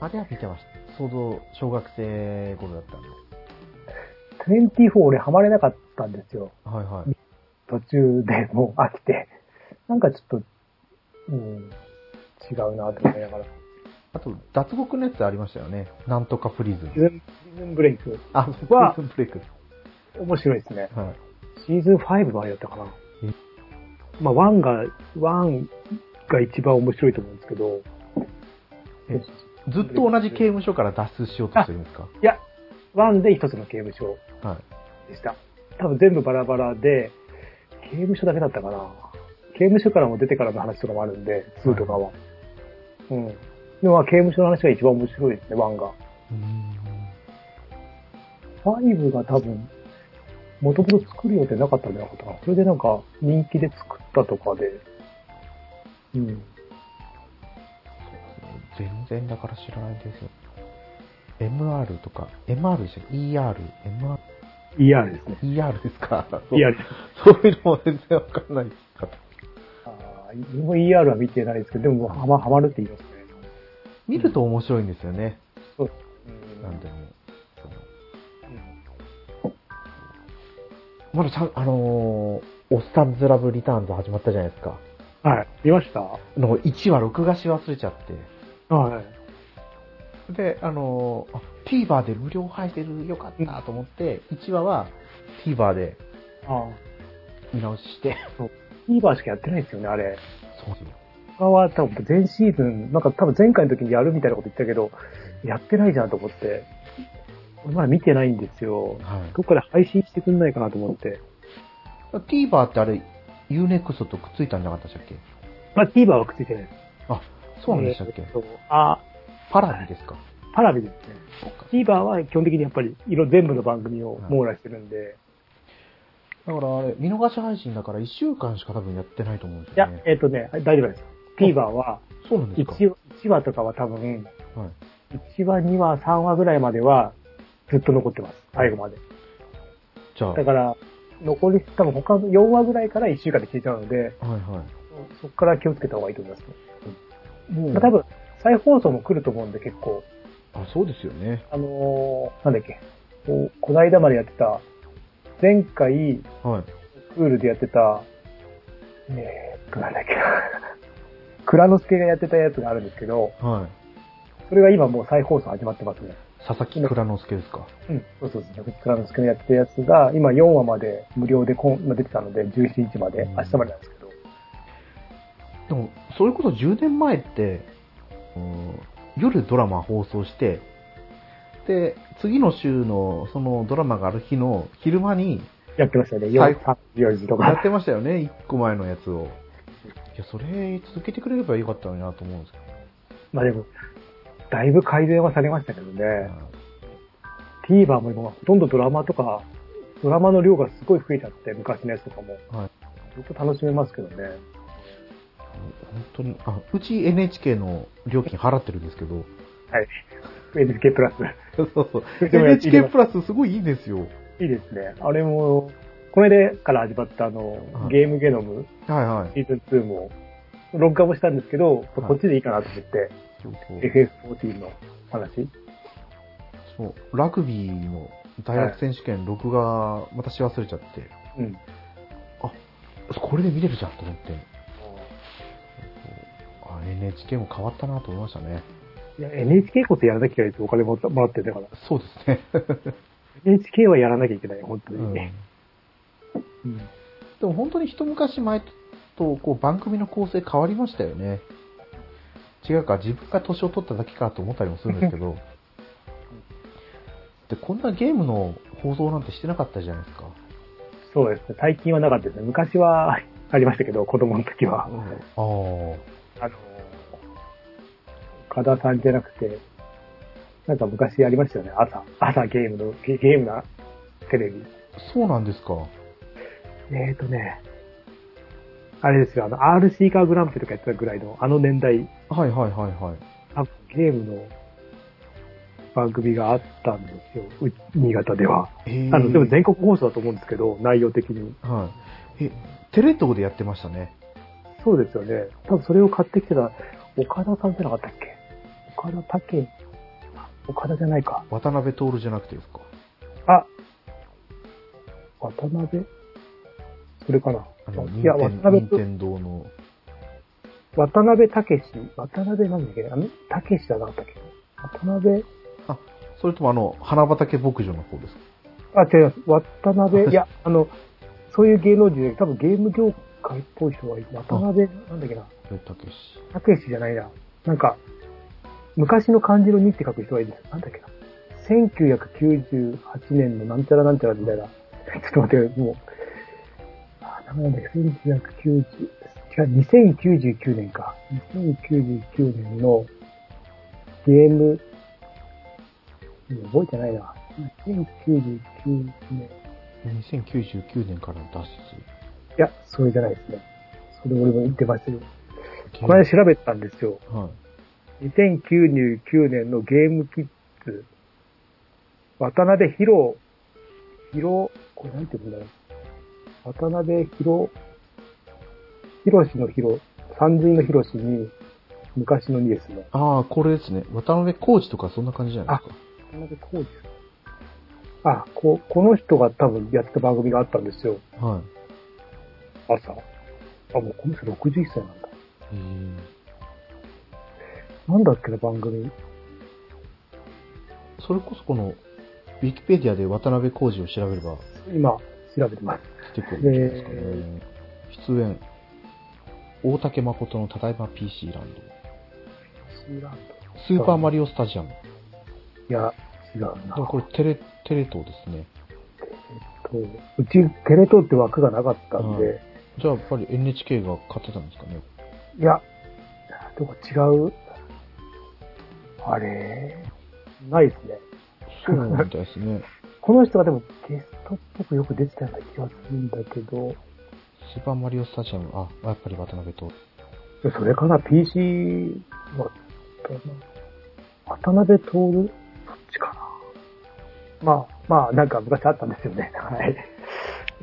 A: あれは見てました。想像、小学生頃だったんで。
B: 24俺ハマれなかったんですよ。
A: はいは
B: う
A: い。
B: 途中でもう飽きて、なんかちょっと、うん、違うなと思いながら。
A: あと、脱獄のやつありましたよね。なんとかプリズ
B: シ
A: ン。
B: ーズンシーズンブレイク、
A: あ、
B: は
A: プリズンブレイク。
B: 面白いですね。
A: はい。
B: シーズン5までだったかな
A: え。
B: まあ、1が、1が一番面白いと思うんですけど、
A: えずっと同じ刑務所から脱出しようとしてるんですか
B: いや、1で一つの刑務所
A: はい。
B: でした。多分全部バラバラで、刑務所だけだったかな。刑務所からも出てからの話とかもあるんで、2とかは。うん。でもまあ、刑務所の話が一番面白いですね、1が。5が多分、もともと作る予定なかったんじゃなかったかな。それでなんか、人気で作ったとかで、うん。
A: 全然だから知らないですよ。MR とか、MR でしたっけ ?ER、MR、
B: ER ですね。
A: ER ですか
B: ER です。
A: そうそういうのも全然わかんないですか
B: ああ、僕も ER は見てないですけど、でももうハマ、ハマるって言いますね。
A: 見ると面白いんですよね。
B: そう。
A: なんでも。そのまだちゃん、あのー、おっさんずラブリターンズ始まったじゃないですか。
B: はい。見ました
A: の1話録画し忘れちゃって。
B: はい。
A: で、あのーあ TVer で無料配信よかったと思って、1話は TVer で
B: ああ。
A: 見直しして。
B: TVer しかやってないですよね、あれ。
A: そうですよ。
B: 他は多分全シーズン、なんか多分前回の時にやるみたいなこと言ってたけど、やってないじゃんと思って。俺まだ見てないんですよ。
A: はい。
B: どっかで配信してくんないかなと思って。
A: TVer ってあれ、Unext とくっついたんじゃなかったでしたっけ
B: まあ、TVer はくっついてないです。
A: そうなんでしたっけ、
B: えーとあ、
A: パラビですか
B: パラビですね。
A: そっか。
B: TVer は基本的にやっぱり色全部の番組を網羅してるんで、
A: だからあれ、見逃し配信だから1週間しか多分やってないと思うんで
B: い
A: すよ
B: や
A: ね。、
B: えっ、とね、大丈夫です。TVer は
A: そうなんですか
B: 1話、一話とかは多分、
A: はい
B: 1話、2話、3話ぐらいまではずっと残ってます。最後まで。
A: じゃあ、は
B: だ
A: い
B: から、残り、多分他の4話ぐらいから1週間で消えちゃうので、
A: は
B: そこから気をつけた方がいいと思います、ね。
A: い。も
B: まあ多分、再放送も来ると思うんで結構、
A: あ、そうですよね。
B: あのーなんだっけ、こうこないだまでやってた、前回、
A: はい。
B: クールでやってた、えーっと、なんだっけな。 蔵之介がやってたやつがあるんですけど、
A: はい。
B: それが今もう再放送始まってますね。
A: 佐々木蔵之介ですか。
B: うん。そうそうそう。蔵之介のやってたやつが、今4話まで無料でこん出てたので、17日まで、
A: うん
B: 明日までなんですけど。
A: でも、それこそ10年前って、うん夜ドラマ放送して、で、次の週のそのドラマがある日の昼間に
B: やってましたよね。
A: はい
B: 4、3、4時と
A: やっ
B: か。
A: てましたよね、1個前のやつを。いや、それ続けてくれればよかったのになと思うんですけ
B: まあでも、だいぶ改善はされましたけど
A: ど
B: ね。
A: ね。
B: TVer も今ほとんどドラマとか、ドラマの量がすごい増えちゃって、昔のやつとかも。
A: はい。
B: ずっと楽しめますけどね。
A: 本当に、あ、うち NHK の料金払ってるんですけ ど、
B: NHK プラ ス。
A: そうそう
B: でもやってみ
A: NHK
B: ます
A: プラスすごいいいんですよ。
B: いいですね。あれも、これでから始まったあの、
A: はい
B: ゲームゲノム
A: はいはい。
B: シーズン2も、録画もしたんですけど、こっちでいいかなと思って、
A: そうそう
B: FF14 の話。
A: そうラグビーの大学選手権録画、またし忘れちゃって、
B: うん。
A: これで見れるじゃんと思って、あ NHK も変わったなと思いましたね。
B: いや、NHK こそやらなきゃいけないです。お金ももらってるんだから。
A: そうですね。
B: NHK はやらなきゃいけない、本当
A: う
B: に。
A: ん、
B: うん
A: でも本当に一昔前とこう番組の構成変わりましたよね。違うか、自分が年を取っただけかと思ったりもするんですけ ど、でこんなゲームの放送なんてしてなかったじゃないですか。
B: そうですね。最近はなかったですね。 昔はありましたけど、子供の時
A: あ
B: は。
A: あ。
B: あの、岡田さんじゃなくて、なんか昔ありましたよね、朝。朝ゲームの、ゲゲームなテレビ。
A: そうなんですか。
E: えーとね、
B: あれですよ、あの、RC カーグランプリとかやってたぐらいの、あの年代、
A: はいはいはいはい。
B: 多分ゲームの番組があったんですよ、う新潟では。
A: え
B: あの、でも全国放送だと思うんですけど、内容的に。
A: はい。え、テレ東でやってましたね。
B: そうですよね。多分それを買ってきてた、岡田さんじゃなかったっけ岡田武、岡田じゃないか。
A: 渡辺徹じゃなくてですか。
B: あ渡辺それかな
A: あの、
B: いや、渡辺
A: 任
B: と、
A: 天堂の。
B: 渡辺武史、渡辺なんだっけあの、武史じゃなかったっけ渡辺、
A: あ、それともあの、花畑牧場の方ですか。
B: あ、違います。渡辺、いや、あの、そういう芸能人で、多分ゲーム業界っぽい人がいて、渡辺、なんだっけな、
A: え、たけし。
B: 武史じゃないな。なんか、昔の漢字の2って書く人がいるんですよ。なんだっけな。1998年のなんちゃらなんちゃらみたいな。ち ょっと待って、もう。あ、名前なんだっけ、1990、違う、2099年か。2099年のゲーム、うん覚えてないな。2099年。
A: 2099年から脱
B: いや、それじゃないですね。それ俺も言ってましたけど。
A: 出。
B: この間調べたんですよ。
A: はい。
B: 2099年のゲームキッズ、渡辺博、博、これなんて言うんだろう。渡辺博、博士の博、三人の博士に、昔の2ですね。
A: ああ、これですね。渡辺コーチとかそんな感じじゃないですか。
B: 渡辺浩二さんあ、こ、この人が多分やってた番組があったんですよ。
A: はい。
B: 朝。あ、もうこの人61歳なんだ。
A: えー、
B: なんだっけな、番組。
A: それこそこの、ウィキペディアで渡辺コーチを調べれば
B: 今、調べてます。
A: 出てくるんじゃないですかね。出演、大竹誠のただいま PC ランド、
B: 知らんと
A: スーパーマリオスタジアム。で
B: いや、違うな。
A: もこれテレ、テレ東ですね。
B: そううち、テレ東って枠がなかったんで、
A: じゃあやっぱり NHK が買ってたんですかね。
B: いや、どこ違う、あれ、ないですね。
A: そうみたいですね。
B: この人がでもゲストっぽくよく出てたような気がするんだけど、
A: スーパーマリオスタジアム、あ、やっぱり渡辺と。
B: それかな、PC は、渡辺徹どっちかな。まあ、まあ、なんか昔あったんですよね。はい。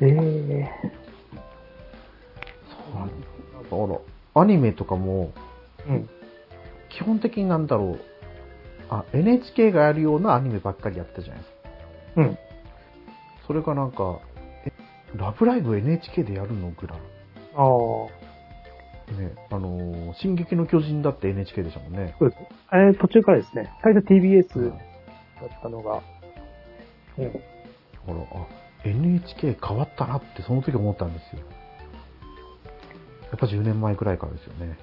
B: ええ
A: あら、アニメとかも、
B: うん。
A: 基本的になんだろう。あ、NHK がやるようなアニメばっかりやってたじゃないですか。
B: うん。
A: それがなんか、え、ラブライブ NHK でやるのぐらい。
B: ああ。
A: ね、あのー進撃の巨人だって NHK でしたもんね。
B: えー途中からですね、最初 TBS
A: うん
B: だったのが、うん、
A: ほら、あ、NHK 変わったなってその時思ったんですよ。やっぱ10年前くらいからですよね。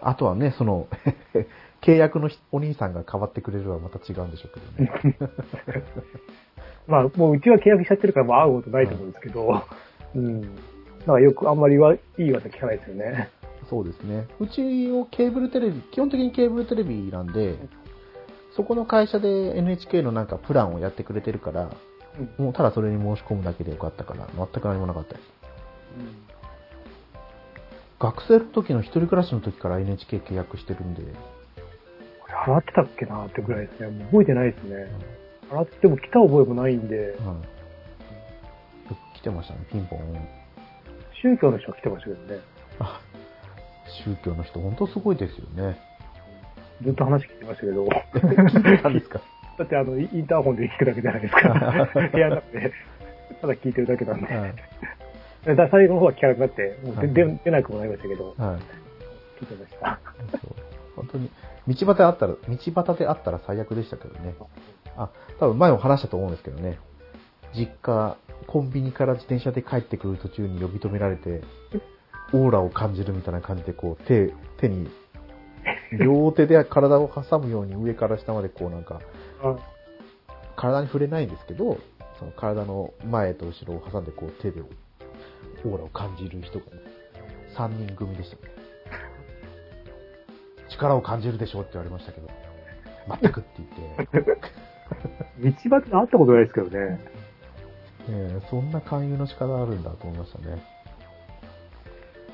A: あとはね、その、 契約のひお兄さんが変わってくれるはまた違うんでしょうけどね。
B: まあ、もううちは契約しちゃってるから、もう会うことないと思うんですけど、うん。なんかよくあんまりはいい噂聞かないですよね。
A: そうですね。うちをケーブルテレビ、基本的にケーブルテレビなんで、そこの会社で NHK のなんかプランをやってくれてるから、もうただそれに申し込むだけでよかったから、全く何もなかったです。学生の時の一人暮らしの時から NHK 契約してるんで、
B: これ払ってたっけなってぐらいですね。もう覚えてないですね。払っても来た覚えもないんで、
A: はい。よく来てましたね、ピンポン。
B: 宗教の人が来てましたけどね。
A: あ宗教の人、本当すごいですよね。
B: ずっと話聞いてましたけ ど、
A: 何ですか
B: だってあの、インターホンで聞くだけじゃないです か。部屋の中で。ただ聞いてるだけなんで。
A: はい。
B: だから最後の方は聞かなくなって、もう出,、
A: はい
B: 出出なくもなりましたけど、
A: はい。
B: 聞いてました。
A: そう本当に、道端であったら、道端であったら最悪でしたけどね。あ、多分前も話したと思うんですけどね。実家、コンビニから自転車で帰ってくる途中に呼び止められて、オーラを感じるみたいな感じで、こう、手、手に、両手で体を挟むように上から下までこうなんか、
B: あ
A: 体に触れないんですけど、その体の前と後ろを挟んでこう手でオーラを感じる人が、ね、3人組でしたね。力を感じるでしょうって言われましたけど、全くって言って、
E: 道端で会ったことないですけどね。
A: えーそんな勧誘の仕方あるんだと思いましたね。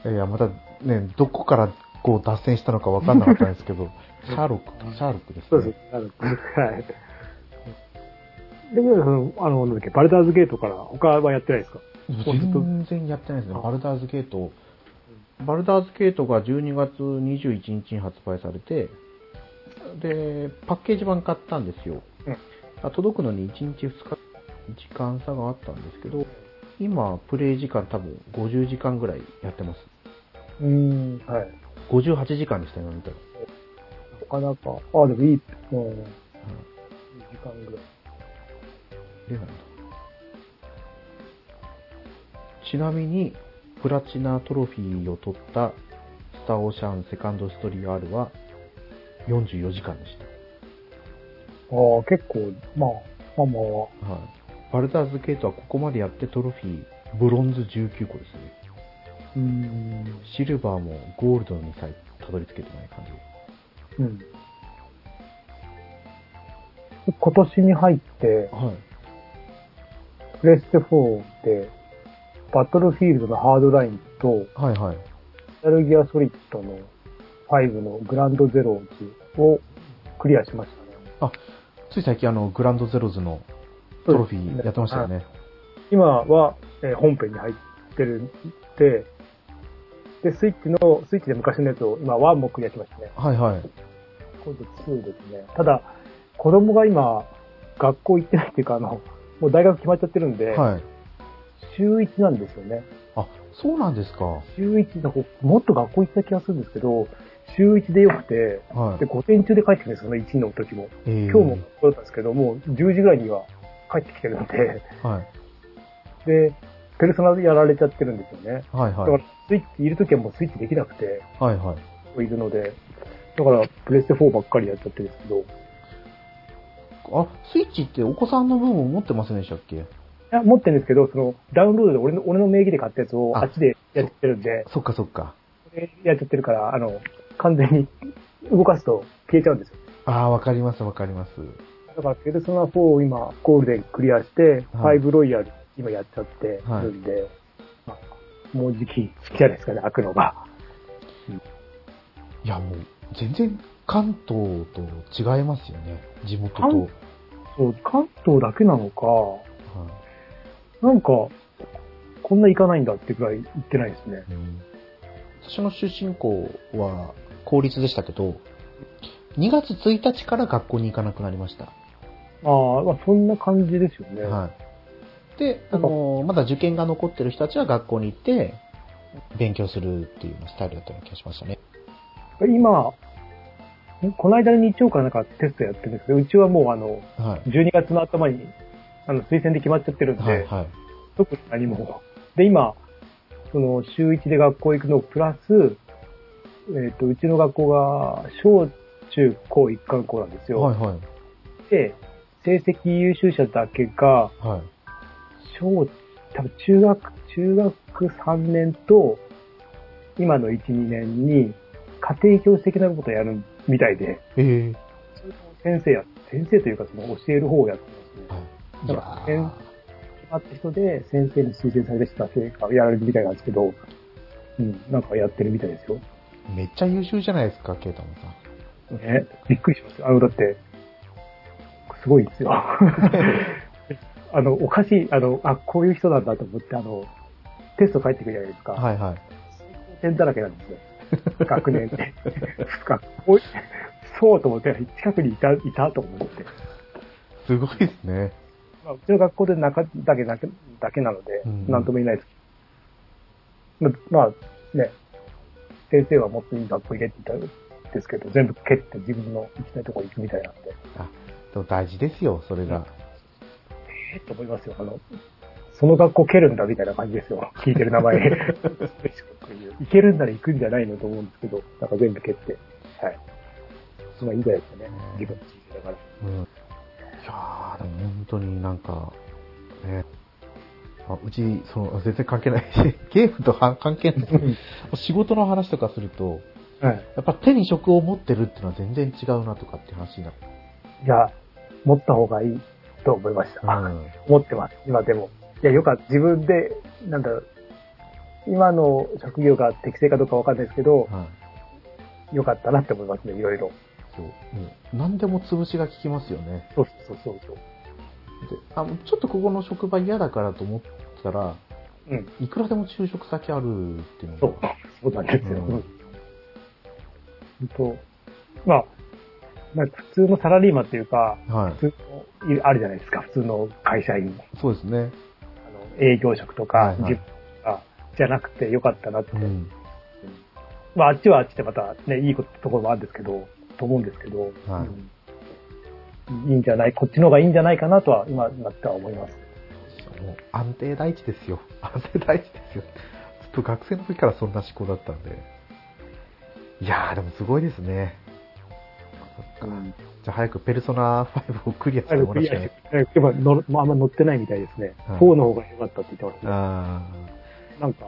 A: いやいや、またね、どこからこう脱線したのかわかんなかったんですけ ど、シャーロック、シャーロックです
E: そう
A: ね。
E: です。あの、はい。でも、その、あの、なんだっけ、バルダーズゲートから他はやってないですか
A: 全然やってないですね。
E: あ
A: バルダーズゲート。
F: バルダーズゲートが12月21日に発売されて、で、パッケージ版買ったんですよ。
E: うん
F: あ届くのに1日2日、時間差があったんですけど、今、プレイ時間多分50時間ぐらいやってます。
B: うん。
E: はい。
F: 58時間でしたよ、今見たら。
B: なかなか、あ、でもいい。うん。いい時間ぐらい。
F: 出ないなちなみに、プラチナトロフィーを取ったスターオーシャンセカンドストーリー R は44時間でした。
B: ああ、結構、まあ、まあまあ、
F: はい、バルダーズゲートはここまでやってトロフィーブロンズ19個ですね
B: うん。
F: シルバーもゴールドにさえたどり着けてない感じ
B: うん。今年に入って、
F: はい
B: プレステ4で、バトルフィールドのハードラインと、
A: はいはい。
B: メタルギアソリッドの5のグランドゼロズをクリアしましたね。
A: つい最近あの、グランドゼロズのトロフィーやってましたよね。
B: 今は、えー本編に入ってるんで、で、スイッチの、スイッチで昔のやつを今1もクリアしましたね。
A: はいはい。
B: 今度2ですね。ただ、子供が今、学校行ってないっていうか、あの、もう大学決まっちゃってるんで、
A: はい。
B: 週1なんですよね。
A: あ、そうなんですか。
B: 週1の、もっと学校行った気がするんですけど、週1でよくて、
A: はい
B: で、。午前中で帰ってくるんですよね、1の時も。
A: えー
B: 今日もそうだったんですけど、もう10時ぐらいには帰ってきてるんで、
A: はい。
B: で、ペルソナでやられちゃってるんですよね。
A: はい
B: だ
A: は
B: から
A: い。、
B: スイッチいるときはもうスイッチできなくて、
A: はいはい。
B: いるので、だから、プレステ4ばっかりやっちゃってるんですけど、い
A: あ、スイッチってお子さんの分を持ってませんでしたっけ
B: や、持ってるんですけど、その、ダウンロードで俺の、俺の名義で買ったやつを
A: あ
B: あっちでやっちゃってるんで、
A: そっかそっか。
B: これやっちゃってるから、あの、完全に動かすと消えちゃうんですよ。
A: ああ、わかりますわかります。
B: だから、ペルソナ4を今、ゴールデンクリアして、
A: はい
B: 5ロイヤル今やっちゃって
A: はい
B: るんで、まあもう時期好きじゃないですかね、開くのが。
A: いやもう、全然関東と違いますよね。地元と。
B: 関
A: はい
B: そう、関東だけなのか、なんか、こんな行かないんだってくらい行ってないですね。
A: うん私の出身校は公立でしたけど、2月1日から学校に行かなくなりました。
B: ああ、まあそんな感じですよね。
A: はい。で、あのーまだ受験が残ってる人たちは学校に行って、勉強するっていうようなスタイルだったような気がしましたね。
B: 今、んこの間の日曜からなんかテストやってるんですけど、うちはもうあの、
A: はい。
B: 12月の頭に、あの、推薦で決まっちゃってるんで、
A: はい、はい。
B: 特に何も。で、今、その、週1で学校行くのプラス、えっ、と、うちの学校が、小中高一貫校なんですよ。
A: はい、はい。
B: で、成績優秀者だけが、
A: はい。
B: 小、多分中学、中学3年と、今の1、2年に、家庭教師的なことをやるみたいで、
A: え
B: 先生や、先生というかその教える方をやってます
A: え
B: ね。だ
A: ー。
B: から
A: いや
B: 決まった人で先生に推薦された人だけがやられるみたいなんですけど、うん、なんかやってるみたいですよ。
A: ーめっちゃ優秀じゃないですか、ケイタモンさん。
B: ね、びっくりしますよ。あの、だって、すご いですよ。あの、おかしい、あの、あ、こういう人なんだと思って、あの、テスト返ってくるじゃないですか。
A: はい、はい。
B: 点だらけなんですよ。学年で。 学おいそうと思って、近くにいた、いたと思って。
A: すごいですね。
B: まあ、うちの学校で中だけだけだけなので、
A: うん
B: なんとも言えないです。ままあ、ね、先生はもっといい学校行けって言ったんですけど、全部蹴って自分の行きたいところ行くみたいなんで、
A: あ、でも大事ですよ、それが。
B: えっと思いますよ。あの、その学校蹴るんだみたいな感じです よ。聞いてる名前行けるんなら行くんじゃないのと思うんですけど、なんか全部蹴って。はい。すごいいいぐらいですよね。自分の人生だから。
A: うん。いやー、でも本当になんか、ね、あうち、 その、全然関係ない。ゲームとは関係ない。仕事の話とかすると、
B: はい。
A: やっぱ手に職を持ってるっていうのは全然違うなとかって話になって。
B: いや、持った方がいいと思いました。
A: うん。
B: 思ってます、今でも。いや、よかった。自分で、なんだろう。今の職業が適正かどうかわかんないですけど、
A: はい。
B: よかったなって思いますね、いろいろ。
A: そう。もう何でも潰しが効きますよね。
B: そうそうそうそう。
A: であのちょっとここの職場嫌だからと思ったら、
B: うん。
A: いくらでも就職先あるっていう
B: そ
A: の
B: う
A: が。、
B: そうなんですよ。
A: うん
B: 本当まあ、なんか普通のサラリーマンっていうか、
A: はい。
B: 普通のいあるじゃないですか、普通の会社員。
A: そうですね。
B: あの営業職とか、
A: はいはい
B: 自分とかじゃなくてよかったなって。
A: うん。
B: まあ、あっちはあっちでまたね、いいことところもあるんですけど、と思うんですけど、
A: はい
B: うんいいんじゃない、こっちの方がいいんじゃないかなとは、今、なっては思います。
A: もう安定第一ですよ。 安定第一ですよ。ずっと学生の時からそんな思考だったんで。いやー、でもすごいですね。じゃあ早くペルソナ5をクリアしてもらいたい。
E: やっぱ乗るまああんま乗ってないみたいですね。
A: はい
E: 4の方が良かったって言ってま
A: あ
E: す。なんか、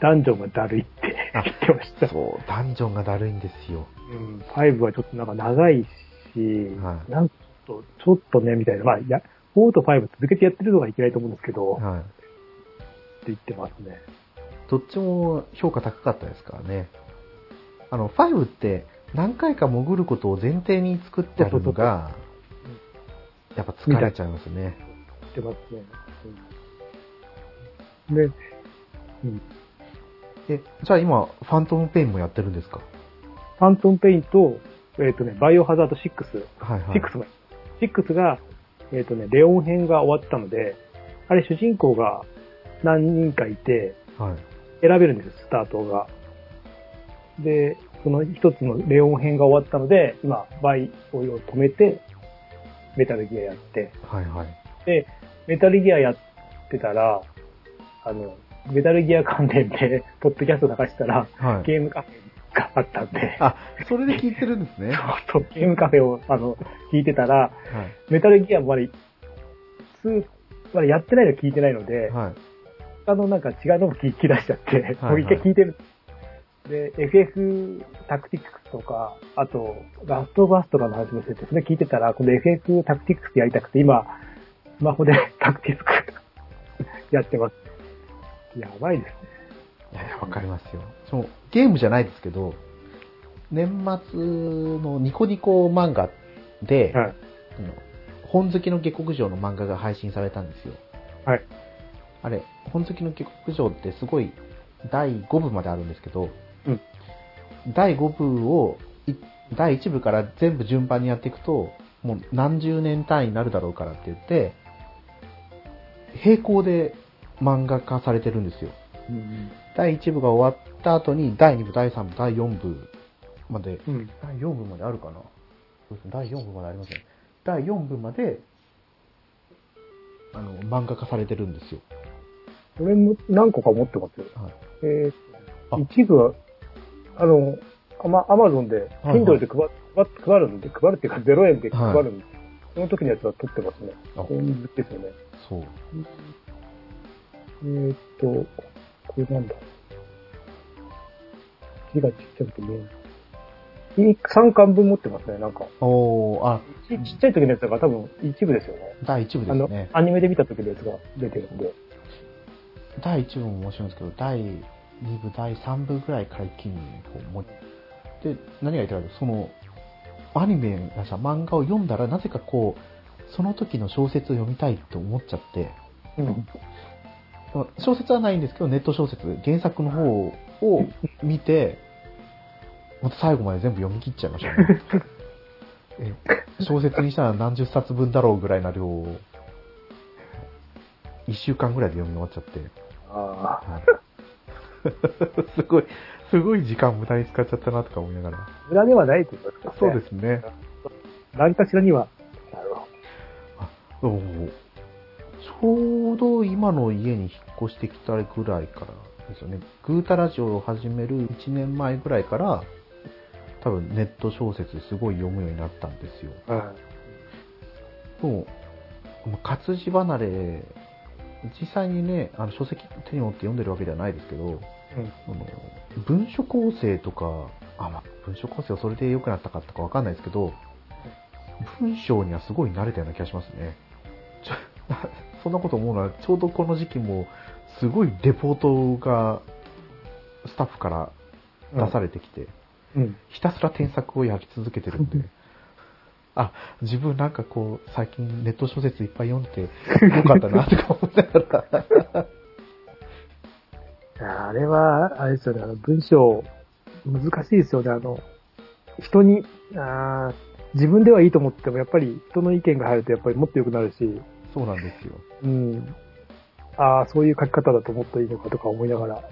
E: ダンジョンがだるいって
A: あ
E: 言ってました
A: ー。そう、ダンジョンがだるいんですよ。
E: うん、5はちょっとなんか長いし、
A: は
E: なんかちょっと、ちょっとね、みたいな。まあ、いや、4と5続けてやってるのがいけないと思うんですけど、
A: い。
E: って
A: はい。
E: 言ってますね。
A: どっちも評価高かったですからね。あの、5って何回か潜ることを前提に作ってあるのが、やっぱ疲れちゃいますね。
E: 言ってますね。うん、で、
A: え、じゃあ今、ファントムペインもやってるんですか
E: ファントムペインと、えっ、とね、バイオハザード6、
A: はいはい。
E: 6が、6が、えっ、とね、レオン編が終わったので、あれ主人公が何人かいて、
A: はい。
E: 選べるんですよ、スタートが。で、その一つのレオン編が終わったので、今、バイオを止めて、メタルギアやって、
A: はいはい。
E: で、メタルギアやってたら、あの、メタルギア関連で、ポッドキャスト流したら、
A: はい。
E: ゲームカフェがあったんで、
A: あ、それで聞いてるんですね。は
E: ちょっとゲームカフェを、あの、聞いてたら、メタルギアもまだ、2、まだやってないの聞いてないの
A: い。
E: で、
A: はい。
E: 他のなんか違うのも聞き出しちゃって、
A: はい
E: もう一回聞いてる。で、FF タクティックスとか、あと、ラストバスとかの話もしてて、それ聞いてたら、この FF タクティックスやりたくて、今、スマホでタクティックス やってます。やばいですね。
A: いやいや、わかりますよ。その、ゲームじゃないですけど、年末のニコニコ漫画で、
E: はい
A: あの本好きの下克上の漫画が配信されたんですよ。
E: はい。
A: あれ、本好きの下克上ってすごい第5部まであるんですけど、
E: うん
A: 第5部をい第1部から全部順番にやっていくと、もう何十年単位になるだろうからって言って、並行で漫画化されてるんですよ。第1部が終わった後に、第2部、第3部、第4部まで、
E: うん。
A: 第4部まであるかなそうですね第4部までありません、第4部まで、あの、漫画化されてるんですよ。
B: 俺も何個か持ってますよ。
A: はい
B: え
A: あ
B: ー、一部は、あの、アマアマゾンで、
A: はい
B: Kindle で配,、配配るんで、配るっていうか0円で配るんで、その時のやつは取ってますね。
A: あ
B: こういうやつですよね。
A: そう。
B: えーっと、これなんだ字がちっちゃくて見えない。3巻分持ってますね、なんか。
A: おー、あ、
B: ちちっちゃい時のやつが多分一部ですよね。
A: 第1部
B: あ
A: で
B: の
A: すね、。
B: アニメで見た時のやつが出てるんで。
A: 第1部も面白いんですけど、第2部、第3部ぐらいから一気に、こう、もう、で、何が言いたいかというとその、アニメがさ、漫画を読んだら、なぜかこう、その時の小説を読みたいって思っちゃって、
B: うん。
A: 小説はないんですけど、ネット小説、原作の方を見て、また最後まで全部読み切っちゃいました ね。え小説にしたら何十冊分だろうぐらいな量を、一週間ぐらいで読み終わっちゃって。
B: ああ。
A: はいすごい、 すごい時間無駄に使っちゃったなとか思いながら。
B: 無駄ではないってことですかね。
A: そうですね。
B: す。何かしらには。なるほ
A: おーちょうど今の家に引っ越してきたぐらいからですよね。グータラジオを始める1年前ぐらいから、多分ネット小説すごい読むようになったんですよ。
B: ど。は
A: もう、まあ活字離れ、実際にね、あの書籍手に持って読んでるわけではないですけど、
B: うん
A: あの文書構成とか、あ、まあ、文書構成はそれで良くなったかったかわかんないですけど、文章にはすごい慣れたような気がしますね。ちょ そんなこと思うのは、ちょうどこの時期も、すごいレポートが、スタッフから出されてきて、
B: うん。
A: ひたすら添削をやり続けてるんで、あ、自分なんかこう、最近ネット小説いっぱい読んでて、よかったな、とか思いな がら。
B: あれは、あれですよね、あの文章、難しいですよね、あの、人に、あー自分ではいいと思っても、やっぱり人の意見が入ると、やっぱりもっと良くなるし、
A: そうなんですよ。
B: うん。ああ、そういう書き方だともっといいのかとか思いながら、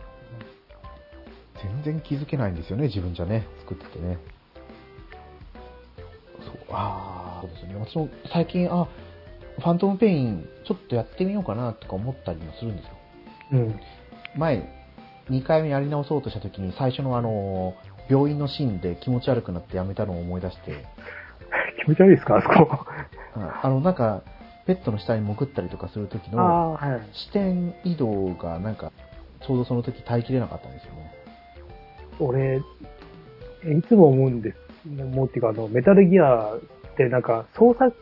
A: 全然気づけないんですよね、自分じゃね、作っててね。そう、ああ、そうですね。私も最近、あ、ファントムペイン、ちょっとやってみようかな、とか思ったりもするんですよ。
B: うん。
A: 前、2回目やり直そうとした時に、最初のあの、病院のシーンで気持ち悪くなってやめたのを思い出して、
B: 気持ち悪いですか、あそこ。
A: ああの、なんか、ベッドの下に潜ったりとかする時
B: あ
A: の、
B: あ、はい。
A: 視点移動がなんか、ちょうどその時耐えきれなかったんですよね。
B: 俺、えいつも思うんです。思うっていうか、あの、メタルギアってなんか操作、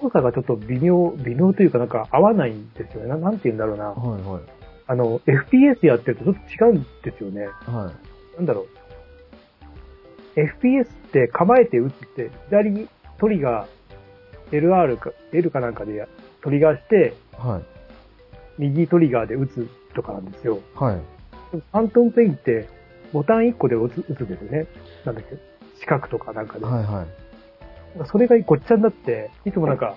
B: 操作がちょっと微妙、微妙というかなんか合わないんですよね。ななんて言うんだろうな。
A: はいはい。
B: あの、FPS やってるとちょっと違うんですよね。
A: はい。
B: なんだろう。FPS って構えて打って、左にトリガー、LR か、L かなんかでやトリガーして、
A: はい。
B: 右トリガーで打つとかなんですよ。
A: はい。
B: ファントムペインって、ボタン1個で打つ、打つんですよね。なんだっけ、四角とかなんかで。
A: はいはい。
B: それがごっちゃになって、いつもなんか、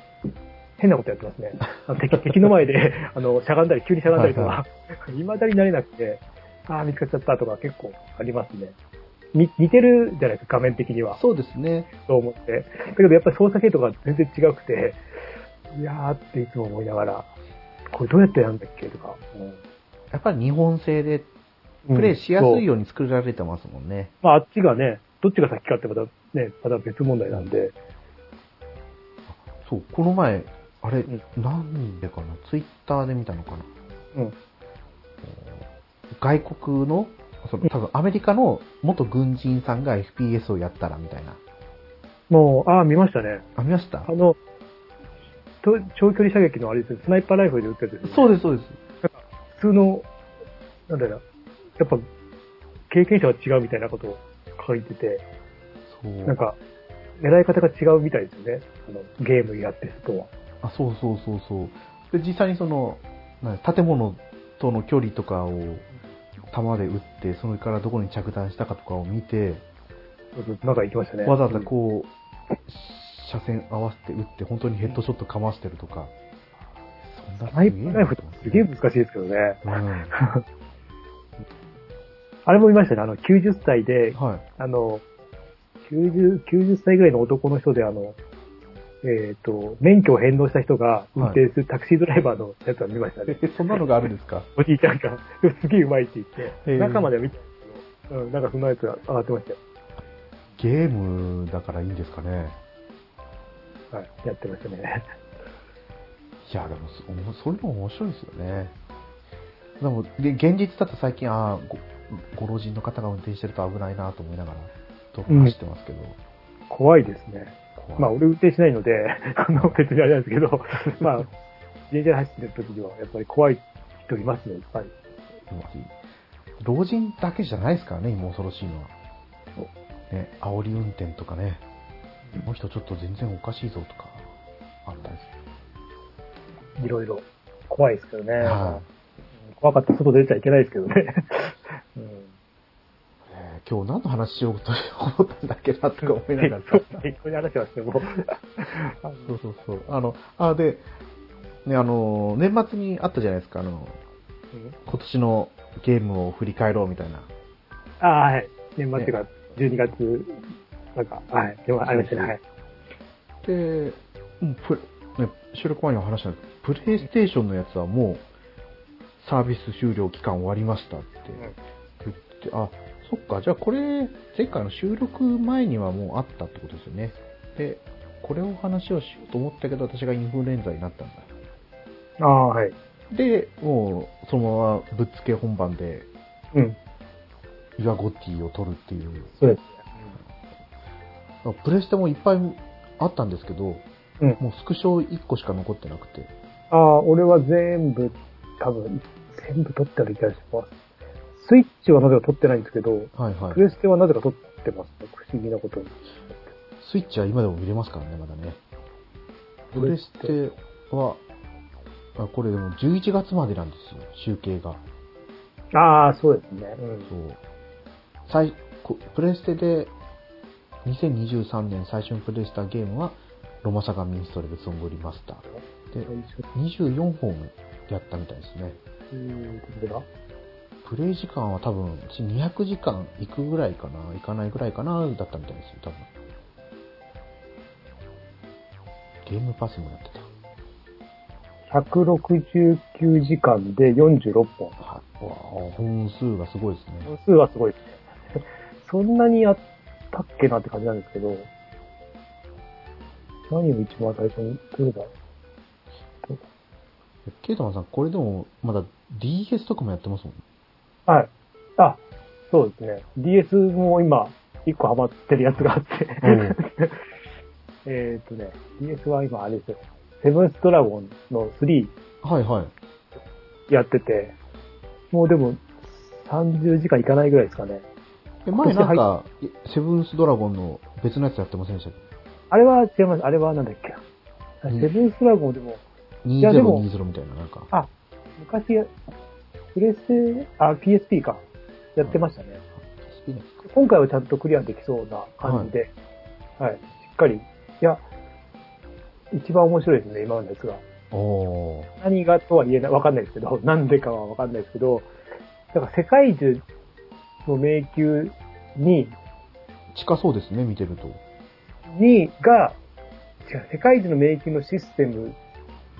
B: 変なことやってますね。あの敵 敵の前で、あの、しゃがんだり、急にしゃがんだりとか
A: は、
B: 未だになれなくて、ああ、見つかっちゃったとか結構ありますね。に似てるじゃないですか、画面的には。
A: そうですね。
B: と思って。だけどやっぱり操作系とか全然違くて、いやーっていつも思いながら、これどうやってやるんだっけとか。
A: やっぱり日本製で
B: うん
A: プレイしやすい
B: そう
A: ように作られてますもんね。
B: まああっちがね、どっちが先かってまたね、また別問題なんで。
A: そう、この前、あれ、
B: ん
A: なんでかな、ツイッターで見たのかな。
B: うん
A: 外国の、その多分アメリカの元軍人さんが FPS をやったらみたいな。
B: もう、ああ、見ましたね。
A: あ、見ました
B: あの、と長距離射撃のあれですね、スナイパーライフルで撃ったやつです、ね。
A: そうです、そうです。
B: 普通の、なんだろうな、やっぱ、経験者は違うみたいなことを書いてて、
A: そう
B: なんか、狙い方が違うみたいですよね。あのゲームやってる人は。
A: あそうそうそうそうで実際にそのなん建物との距離とかを弾で撃ってそれからどこに着弾したかとかを見て
B: なんか行きましたね。
A: わざわざこう車線合わせて撃って本当にヘッドショットかましてるとかそんな
B: スナイパーライフルってすげえ難しいですけどね。
A: うん
B: あれも見ましたね。あの、90歳で、
A: はい
B: あの、90、90歳ぐらいの男の人で、あの、えっ、と、免許を返納した人が運転するタクシードライバーのやつは見ましたね。
A: えそんなのがあるんですか
B: おじいちゃんが、すげえうまいって言って、
A: へえ
B: 中までは見てたんですけど、うん、なんかそんなやつが上がってましたよ。
A: ゲームだからいいんですかね
B: はい、やってましたね。
A: いやでもそもうそういうの面白いですよねでもで現実だと最近ああごご老人の方が運転してると危ないなと思いながら道路走ってますけど、
B: 怖いですね。
A: 怖い
B: まあ、俺運転しないので、 あの、別にあれなんです けど、まあ、自転車で走ってる時には、やっぱり怖い人いますね、いっぱい。
A: 老人だけじゃないですからね、今恐ろしいのは。ね、煽り運転とかね、この人ちょっと全然おかしいぞとか、あったり
B: いろいろ。怖いですけどね。
A: する。は
B: 怖かったら外出ちゃいけないですけどね。うん
A: いえー今日何の話しようと思ったんだっけなとか思いながら。
B: そう、適当に話はしても。
A: そうそうそう。あの、あ、で、ね、あの、年末にあったじゃないですか、あの、今年のゲームを振り返ろうみたいな。
B: ああ、はい。年末っていうか、12月、なんか、はい。でもありましたね。はい。
A: で、うんプレね、収録前にも話したんですけどプレイステーションのやつはもう、サービス終了期間終わりましたって言って、あ、そっか、じゃあこれ、前回の収録前にはもうあったってことですよね。で、これを話をしようと思ったけど、私がインフルエンザになったんだ。
B: ああ、はい。
A: で、もう、そのままぶっつけ本番で、
B: うん。
A: 岩ゴッティを取るっていう。
B: そうです。
A: プレステもいっぱいあったんですけど、
B: うん
A: もうスクショ1個しか残ってなくて。
B: ああ、俺は全部、多分、全部取ってある気がします。スイッチはなぜか取ってないんですけど、
A: はいはい
B: プ。レステはなぜか取ってますね。不思議なことに。
A: スイッチは今でも見れますからね、まだね。プ
B: プ
A: レ
B: レ
A: ス
B: ス
A: テは、あこれでも11月までなんですよ、集計が。
B: ああ、そうですね。うん
A: そう。最、こプレステで、2023年最初にプレイしたゲームは、ロマサガミンストレルソングリマスター。で、24本やったみたいですね。
B: うんこれが
A: プレイ時間は多分、200時間いくぐらいかな、いかないぐらいかな、だったみたいですよ、多分。ゲームパスもやってた。
B: 169時間で46本。
A: は本数がすごいですね。
B: 本数はすごい ですね。そんなにやったっけなって感じなんですけど、何を一番最初に取れば、
A: ケイトマンさん、これでも、まだ DS とかもやってますもん。
B: はい。あ、そうですね。DS も今、一個ハマってるやつがあって。 えっとね、DS は今あれですよ。セブンスドラゴンの3
A: はいはい。
B: やってて、もうでも30時間いかないぐらいですかね。
A: え前なんか、セブンスドラゴンの別のやつやってませんでしたっ
B: あれは違います。あれはなんだっけな。
A: うん
B: セブンスドラゴンでも、
A: け
B: やでも
A: ?2020 みたいな、なんか。
B: あ、昔や、プレステ、あ、PSP か。やってましたね。
A: スピナ
B: 今回はちゃんとクリアできそうな感じで、はい、しっかり。いや、一番面白いですね、今のやつが。
A: おー。
B: 何がとは言えない、わかんないですけど、 なんでかはわかんないですけど、だから世界中の迷宮に、
A: 近そうですね、見てると。
B: に、が、違う、世界中の迷宮のシステム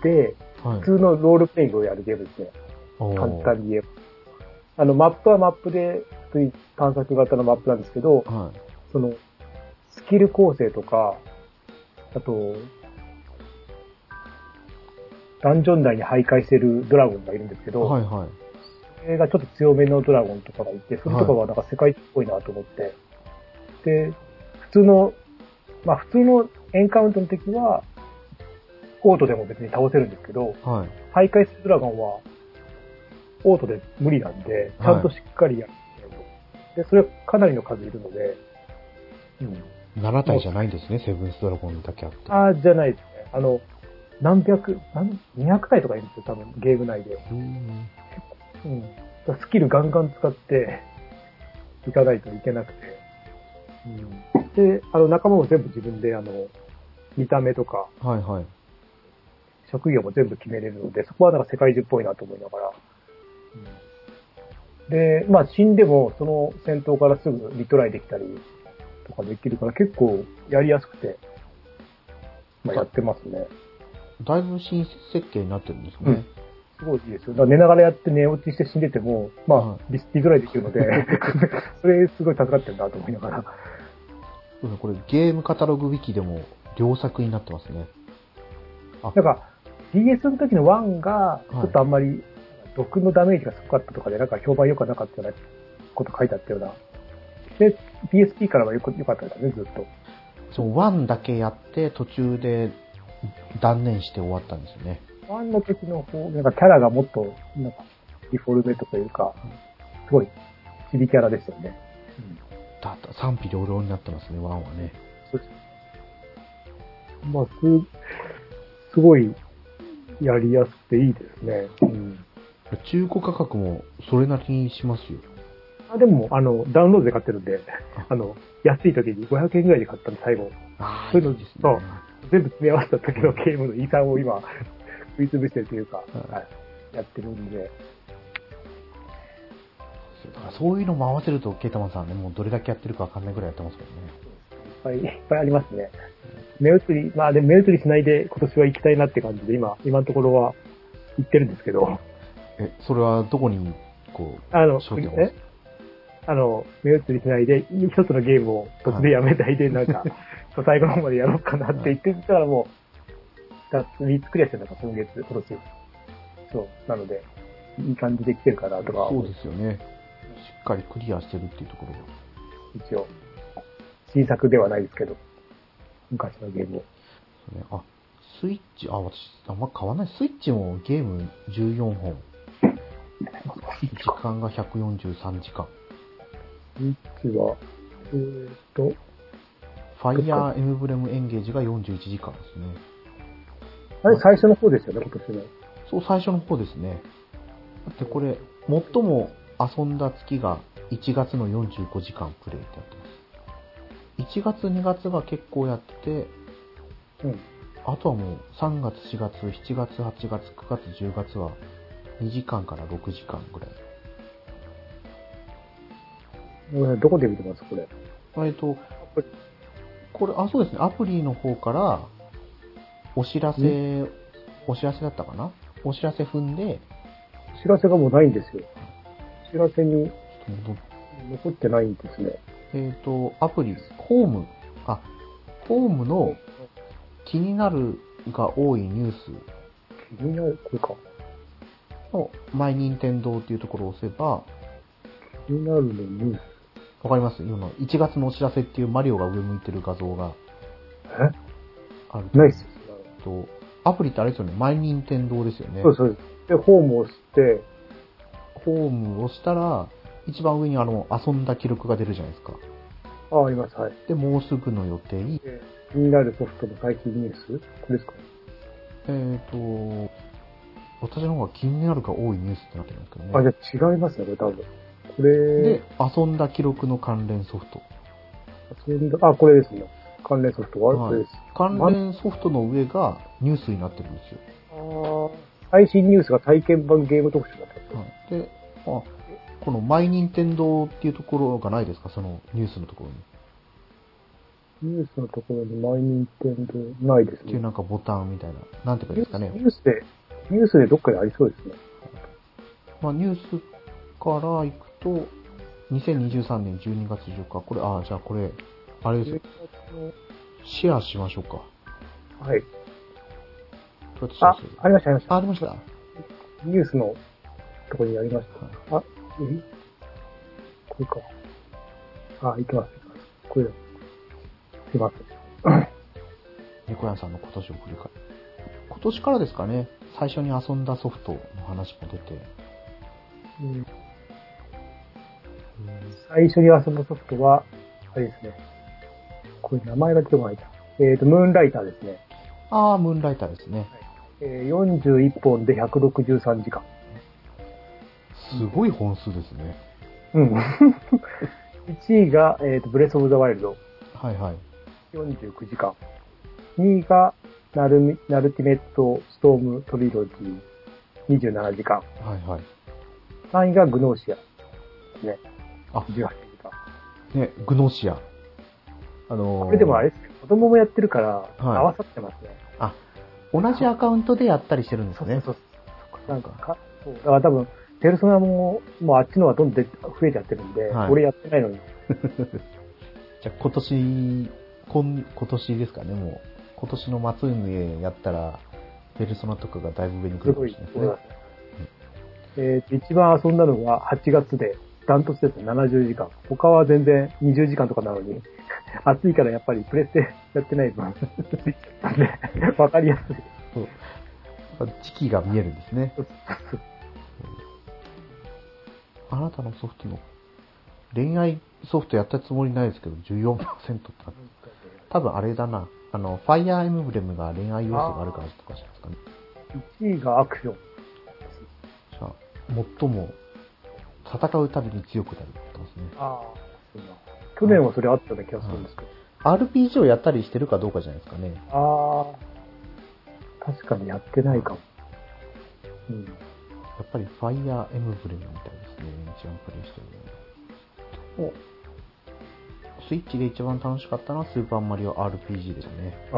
B: で、
A: はい
B: 普。通のロールプレイングをやるゲームですね。
A: おー
B: 簡単に言えば。あの、マップはマップで、普通に探索型のマップなんですけど、
A: はい。
B: その、スキル構成とか、あと、ダンジョン内に徘徊してるドラゴンがいるんですけど、
A: はいはい。
B: それがちょっと強めのドラゴンとかがいて、それとかはなんか世界一っぽいなと思って、で、普通の、まあ普通のエンカウントの時は、オートでも別に倒せるんですけど、
A: はい。
B: 徘徊するドラゴンは、オートで無理なんで、ちゃんとしっかりやる、で、それかなりの数いるので、うん。
A: 7体じゃないんですね、セブンスドラゴンだけあって。
B: ああ、じゃないですね。あの、何百、何、200体とかいるんですよ、多分、ゲーム内で。
A: うーん
B: うん。だからスキルガンガン使って、いかないといけなくて。うん。で、あの、仲間も全部自分で、あの、見た目とか、
A: はいはい。
B: 職業も全部決めれるので、そこはなんか世界中っぽいなと思いながら。で、まあ死んでも、その戦闘からすぐリトライできたりとかできるから、結構やりやすくて、まあやってますね。
A: だいぶ親切設計になってるんですね。
B: うんすごいいいですよ。だから寝ながらやって寝落ちして死んでても、まあ、リスティぐらいできる ので、それすごい助かってるなと思いながら。
A: そうだこれゲームカタログウィキでも良作になってますね。
B: なんか、DS の時の1が、
A: い
B: ちょっとあんまり、毒のダメージがすごかったとかで、なんか評判良くなかったようなこと書いてあったような。で、PSP からはよく良かったですね、ずっと。
A: そう、1だけやって途中で断念して終わったんですよね。
B: 1の時の方、なんかキャラがもっと、なんか、リフォルメとかいうか、すごい、チビキャラでしたよね。
A: だった賛否両論になってますね、1はね。
B: まあ、す、すごい、やりやすくていいですね。うん
A: 中古価格もそれなりにしますよ。
B: あでも、あの、ダウンロードで買ってるんで、あの、安い時に500円ぐらいで買ったんで、最後。
A: あ
B: そういうの
A: ですね。
B: そう全部詰め合わせた時のゲームの遺産を今、食い潰してるというか、
A: うん
B: はい、やってるんで。
A: だからそういうのも合わせると、ケータマンさんね、もうどれだけやってるかわかんないぐらいやってますけどね。
B: いっぱい、いっぱいありますね。目移り、まあでも目移りしないで今年は行きたいなって感じで、今、今のところは行ってるんですけど、
A: え、それはどこに、こう、
B: あの、
A: 焦点を
B: えあの、目移りしないで、一つのゲームを突然やめないで、なんか、最後の方までやろうかなって言ってたらもう、2つ、3つクリアしてるのか、今月、今年。そう、なので、いい感じで来てるかなとか。
A: そうですよね。っかりクリアしてるっていうところが。
B: 一応。新作ではないですけど、昔のゲームを。
A: そうねあ、スイッチ、あ、私、あんま買わない。スイッチもゲーム14本。 時間が143時間。
B: 一は、えーっと、
A: ファイヤーエムブレムエンゲージが41時間ですね。
B: あれ最初の方ですよね、今年の。
A: そう、最初の方ですね。だってこれ、最も遊んだ月が1月の45時間プレイってやってます。1月、2月が結構やってて、
B: うん。
A: あとはもう3月、4月、7月、8月、9月、10月は2時間から6時間ぐらい。
B: ごめんなさいどこで見てますこれ。
A: 割と、これ、あ、そうですね、アプリの方から、お知らせ、お知らせだったかなお知らせ踏んで、
B: 知らせがもうないんですよ。知らせに
A: ちょっと戻っ
B: 残ってないんですね。
A: えっ、と、アプリ、ホーム、あ、ホームの気になるが多いニュース
B: 気になる、これか。
A: のマイニンテンドーっていうところを押せば、
B: 気になるのニュース。
A: わかります今の1月のお知らせっていうマリオが上向いてる画像がある
B: えないっす。
A: と、アプリってあれですよね、マイニンテンドーですよね
B: そ。うそうです。で、ホームを押して、
A: ホームを押したら、一番上にあの、遊んだ記録が出るじゃないですか。
B: あ、あります、はい。
A: で、もうすぐの予定、
B: で気になるソフトの最近ニュースこれですか
A: えっ、と、私の方が気になるが多いニュースってなってるんですけどね。
B: あ、じゃあ違いますね、これ多分。これ
A: で、、遊んだ記録の関連ソフト。
B: 遊んだあ、これですね。関連ソフトは、あ
A: はい
B: れです。
A: 関連ソフトの上がニュースになってるんですよ。
B: 最新ニュースが体験版ゲーム特集だったんですよ。
A: はい、で、あ、このマイニンテンドーっていうところがないですかそのニュースのところに。
B: ニュースのところにマイニンテンドないで
A: っ
B: す
A: ていう
B: ね。
A: なんかボタンみたいな。なんて言えばいいですか
B: ニ
A: ね。
B: ュースで、ニュースでどっかでありそうですね。
A: まあ、ニュースから行くと、2023年12月14日。これ、あ、じゃあこれ、あれですよ。シェアしましょうか。
B: はい。
A: どうやってシェア
B: あ
A: する、
B: ありました、ありまし
A: あ、ありました。
B: た。ニュースのところにありました。あ、えこれか。あ、いきます、いきます。これだ。すいません。
A: 猫屋さんの今年を振り返る。今年からですかね、最初に遊んだソフトの話も出て、
B: うん最初に遊んだソフトは、あれですね。これ名前が出てこないか。えっ、と、ムーンライターですね。
A: あー、ムーンライターですね。
B: えー41本で163時間。
A: すごい本数ですね。
B: うん。1位が、えっ、と、ブレスオブザワイルド、
A: はいはい。
B: 49時間。2位が、ナルミ、ナルティメット、ストーム、トリロジー、27時間。
A: はいはい。
B: 3位がグノーシア、ね。
A: あ
B: 18時間。
A: ね、グノシア。あのー
B: これでもあれですね、子供もやってるから、合
A: はい
B: わさってますね。
A: 同じアカウントでやったりしてるんですね。
B: そうそうなんかか、そうだから多分、ペルソナも、もうあっちのはどんどん増えちゃってるんで、
A: はい
B: 俺やってないのに、
A: じゃあ今年、今今年ですかね、もう。今年の末にやったら、ペルソナとかがだいぶ上に来
B: す
A: るか
B: ご
A: も
B: い
A: しれないですね
B: 思いますね。えっ、と、一番遊んだのが8月で、ダントツですね、70時間。他は全然20時間とかなのに、 暑いからやっぱりプレステやってない分、 なんで、わかりやすい。
A: やっぱ時期が見えるんですね。あなたのソフトの、恋愛ソフトやったつもりないですけど、14%ってある多分あれだな。あの、ファイアーエムブレムが恋愛要素があるからとかじゃないですかね。
B: 1位がアクション。
A: じゃあ、最も、戦うたびに強くなるって言ってますね。
B: ああ。去年はそれあったような気がするんですけど。
A: RPG をやったりしてるかどうかじゃないですかね。
B: ああ。確かにやってないかも。うん。
A: やっぱりファイアーエムブレムみたいですね。一番プレイしてるのはおスイッチで一番楽しかったのはスーパーマリオ RPG ですね。
B: ああ。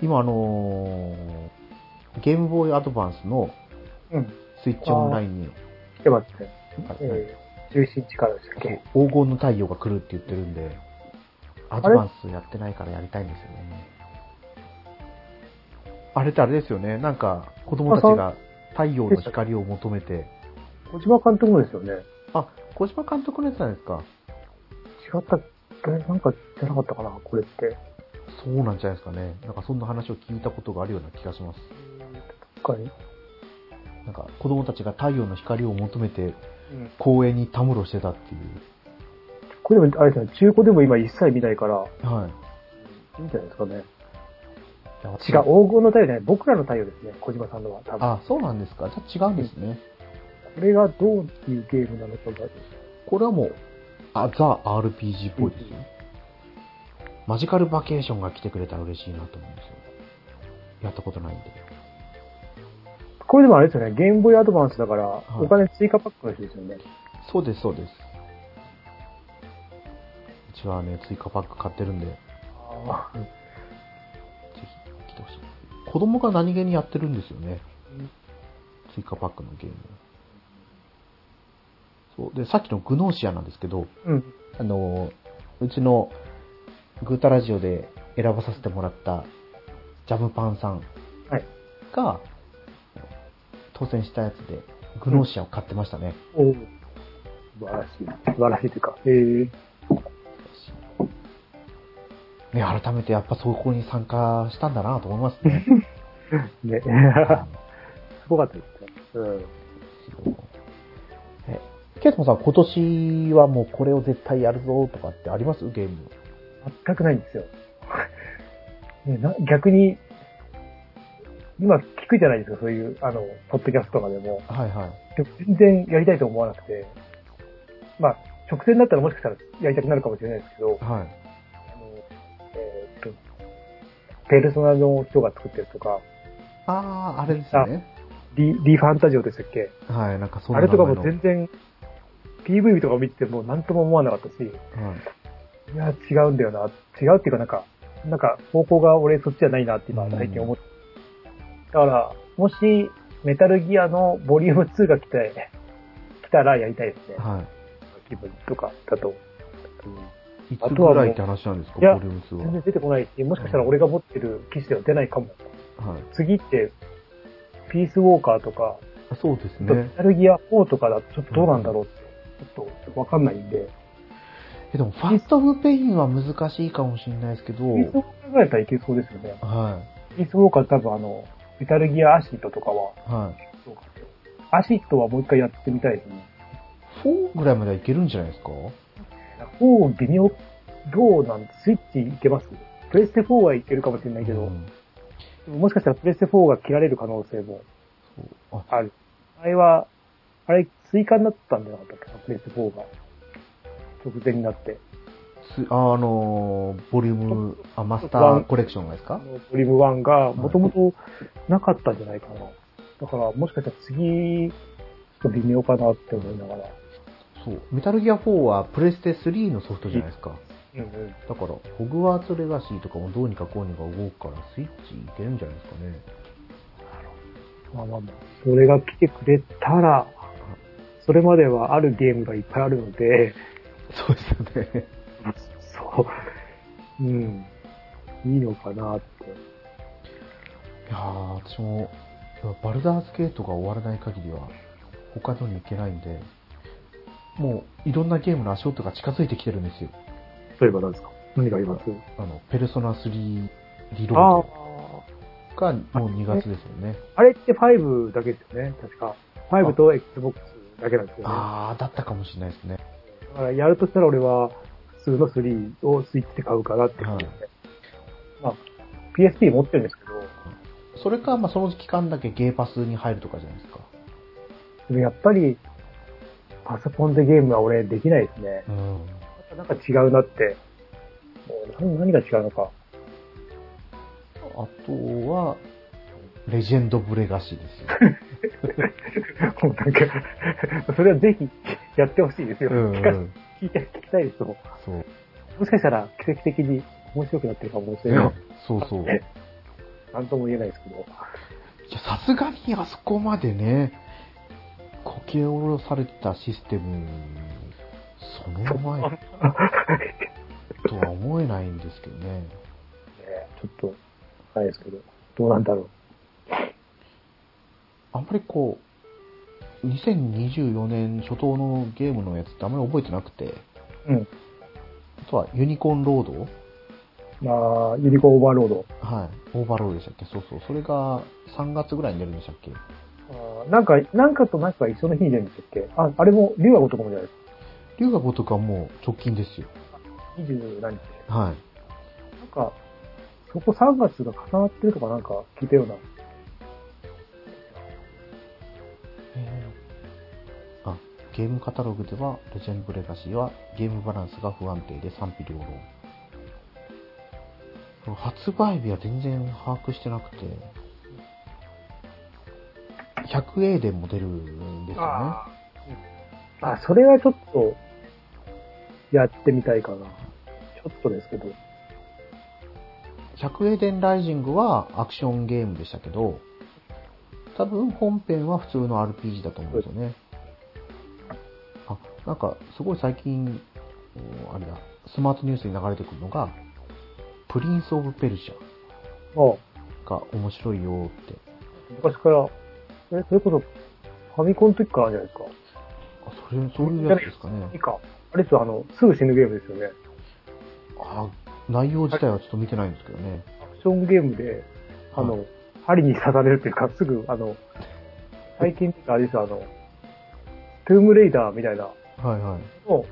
A: 今あのーゲームボーイアドバンスの
B: うん。
A: スイッチオンラインに、
B: 来てますね。
A: はい
B: えー、17日からでしたっけ。
A: 黄金の太陽が来るって言ってるんで、アドバンスやってないからやりたいんですよね。あれってあれですよね。なんか、子供たちが太陽の光を求めて、
B: 小島監督もですよね。
A: あ、小島監督のやつなんですか。
B: 違ったっけなんかじゃなかったかなこれって。
A: そうなんじゃないですかね。なんかそんな話を聞いたことがあるような気がします。
B: 確かに。
A: なんか子供たちが太陽の光を求めて
B: うん
A: 公園にたむろしてたっていう。
B: これでも、あれですね、中古でも今一切見ないから、
A: はい。
B: いいんじゃないですかね。
A: いや
B: 違う、。黄金の太陽じゃない、僕らの太陽ですね、小島さんのは。多分
A: あ、そうなんですか。じゃあ違うんですね。
B: これがどういうゲームなのかが、
A: これはもう、あザ・ RPG っぽいですよ。マジカルバケーションが来てくれたら嬉しいなと思うんですよ。やったことないんで。
B: これでもあれですよね、ゲームボーイアドバンスだから、
A: い
B: お金追加パックの人ですよね。
A: そうです、そうです。うちはね、追加パック買ってるんで、ぜ
B: ああ、
A: ひ来てほしい。子供が何気にやってるんですよね。追加パックのゲーム。そう。で、さっきのグノーシアなんですけど、
B: うん。
A: あの、うちのグータラジオで選ばさせてもらったジャムパンさん
B: はい
A: が当選したやつでグノーシアを買ってましたね。
B: おお。素晴らしい。素晴らしいというか。え
A: ね、改めてやっぱそこに参加したんだなと思います ね。
B: えね、 すごかったですね。うん。
A: えケイトもさん、今年はもうこれを絶対やるぞとかってありますゲーム。
B: 全くないんですよ。 ねな逆に、今聞くじゃないですか、そういう、あの、ポッドキャストとかでも。
A: はいはい。
B: でも全然やりたいと思わなくて。まあ、直線だったらもしかしたらやりたくなるかもしれないですけど、
A: はい。
B: あの、えーっと、ペルソナの人が作ってるとか、
A: ああ、あれですね。
B: リリファンタジオでしたっけ
A: はい、なんかそん
B: あ
A: な名
B: れとか
A: 前の
B: も全然、PV とか見てても何とも思わなかったし、い
A: はい
B: や、違うんだよな。違うっていうかなんか、なんか方向が俺そっちじゃないなって今最近思って。だから、もし、メタルギアのボリューム2が来て、来たらやりたいですね。
A: はい。
B: 気分とかだと。
A: いつ
B: あと
A: ぐ
B: はもう
A: らいって話なんですか、
B: いや
A: ボリューム2
B: 全然出てこないし、もしかしたら俺が持ってる機種では出ないかも。
A: は。はい。
B: 次って、ピースウォーカーとか、
A: そうです
B: メ
A: ね。
B: タルギア4とかだとちょっとどうなんだろうって、ちょっとわかんないんで、
A: え、でも、ファストオブペインは難しいかもしれないですけど、
B: ピースウォーカーぐらいだったらいけそうですよね。
A: は
B: ピースウォーカー多分あの、メタルギアアシッドとかは、
A: い。は
B: アシッドはもう一回やってみたいですね。
A: い。4ぐらいまではいけるんじゃないですか
B: 4微妙、どうなんスイッチいけますプレステ4はいけるかもしれな
A: だ
B: いけ
A: う
B: ど、
A: ん
B: もしかしたらプレステ4が切られる可能性も
A: そうあ、
B: ある。あれは、あれ、追加になったんじゃなかったっけな、プレステ4が。直前になって。
A: すあ、あのーボリューム、あ、マスターコレクションがです
B: あ
A: か
B: の、ボリューム1が、もともとなかったんじゃないかな。だから、もしかしたら次、ちょっと微妙かなって思いながら。
A: そう。メタルギア4はプレステ3のソフトじゃないですか。
B: うんうん。
A: だから、ホグワーツレガシーとかもどうにかこうにか動くから、スイッチいけるんじゃないですかね。
B: まあまあまあ、それが来てくれたら、それまではあるゲームがいっぱいあるので、
A: そうですよね。
B: そう、うん、いいのかなって。
A: いやー、私も、バルダースケートが終わらない限りは、他のに行けないんで、もう、いろんなゲームの足音が近づいてきてるんですよ。
E: 例えば何ですか何があります
A: あの、ペルソナ3リ
B: あ
A: ロー
B: あ、
A: ドがもう2月ですよね。
B: あれって5だけですよね、確か。5と Xbox だけなんですよね。
A: あー、だったかもしれないですね。
B: だからやるとしたら俺は普通の3をスイッチで買うかなって感じですね。まあ、PSP 持ってるんですけど、
A: それか、まあ、その期間だけゲーパスに入るとかじゃないですか。
B: でもやっぱりパソコンでゲームは俺できないですね。
A: うん。
B: なんか違うなって。もう何何が違うのか。
A: あとは、レジェンドブレガシーです よ。
B: もうなんか、それはぜひやってほしいですよ。
A: うん
B: 聞
A: う
B: か
A: ん。
B: 聞いて聞きたいですもん
A: そう。
B: もしかしたら奇跡的に面白くなってるかもしれない
A: ね。そうそう。い
B: なんとも言えないですけど。
A: や、さすがにあそこまでね、こけおろされたシステム、その 前とは思えないんですけどね。
B: ねちょっと、ないですけど。どうなんだろ
A: あんまりこう、 2024年初頭のゲームのやつってあんまり覚えてなくて、
B: うん。
A: あとはユニコーンロード
B: まあ、ユニコーンオーバーロード。
A: はい。オーバーロードでしたっけそうそう。それが3月ぐらいに出るんでしたっけ
B: あーなんか、なんかとなんか一緒の日に出るんですっけあ、あれも、竜が男もじゃないで
A: 龍が如くはもう直近ですよ。
B: すか。20何日。
A: はい。
B: なんか、そこ3月が重なってるとかなんか聞いたような。
A: あ、ゲームカタログでは、レジェンドレガシーはゲームバランスが不安定で賛否両論。発売日は全然把握してなくて、100英伝も出るんですよね。
E: あ
B: あ、それはちょっと、やってみたいかな。ちょっとですけど。
A: 百英伝ライジングはアクションゲームでしたけど、多分本編は普通の RPG だと思うんですよね。あ、なんかすごい最近、おあれだ、スマートニュースに流れてくるのが、プリンス・オブ・ペルシ
B: あ
A: ャが面白いよって。
B: 昔から、え、それこそ、ファミコンの時からあるじゃないで
A: あ、それ、そういうやつですかね
B: すか。い。いか。あれですよ、あの、すぐ死ぬゲームですよね。
A: あ、内容自体はちょっと見てないんですけどね。
B: アクションゲームで、あの、針に刺されるというか、すぐ、あの、最近ってあれですよ、あの、トゥームレイダーみたいな
A: はいはい。
B: の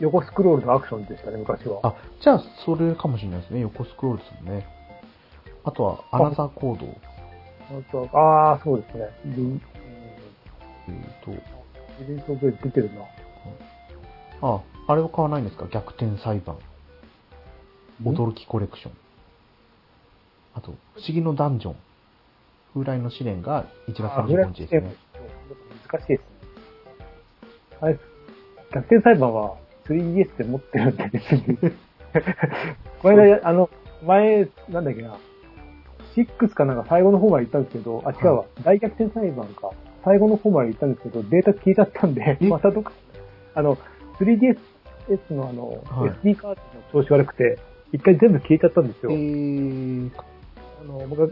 B: 横スクロールのアクションでしたね、昔は。
A: あ、じゃあそれかもしれないですね。横スクロールですもんね。あとは、アナザーコード。
B: 本当はああ、そうですね。うん。
A: えーと、
B: イベントで出てるな。
A: あ、あれを買わないんですか逆転裁判。驚きコレクション。あと、不思議のダンジョン。風来の試練が1月
B: あ、フラ
A: 35
B: ッ
A: 日
B: シ
A: で
B: ュゲ
A: す
B: ーム
A: ね。。
B: 難しいですね。あれ、逆転裁判は 3DS で持ってるんで、別に。この間、あの、前、なんだっけな、6かなんか最後の方まで行ったんですけど、あ、違うわ、大逆転裁判か。最後の方まで行ったんですけど、データ消えちゃったんで、
A: え
B: またどっか、あの、3DS のあの、
A: はい
B: SD カードの調子悪くて、一回全部消えちゃったんですよ。
A: えー、
B: あの、僕は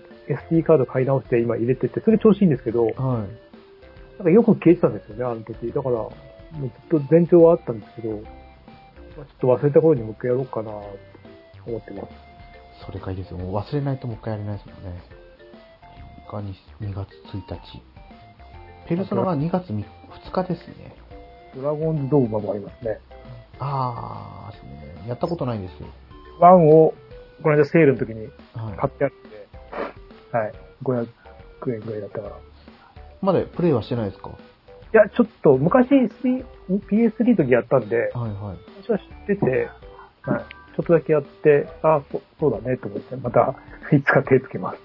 B: SD カード買い直して今入れてて、それ調子いいんですけど、
A: はい。
B: なんかよく消えてたんですよね、あの時。だから、もうずっと前兆はあったんですけど、まあちょっと忘れた頃にもう一回やろうかなと思ってます。
A: それがいいですよ。もう忘れないともう一回やれないですもんね。が 2, 2月1日。ペルソナが2月2日ですね。
B: ドラゴンズドーマもありますね。
A: あーですね。やったことないんですよ。
B: 1を、この間セールの時に
A: はい
B: 買ってあるんで、はい、500円ぐらいだったから。い
A: まだプレイはしてないですか
B: や、ちょっと昔 3- PS3 の時やったんで、
A: はいはい。
B: 私は知ってて、はい、ちょっとだけやって、あそそうだねと思って、またいつか手つけます。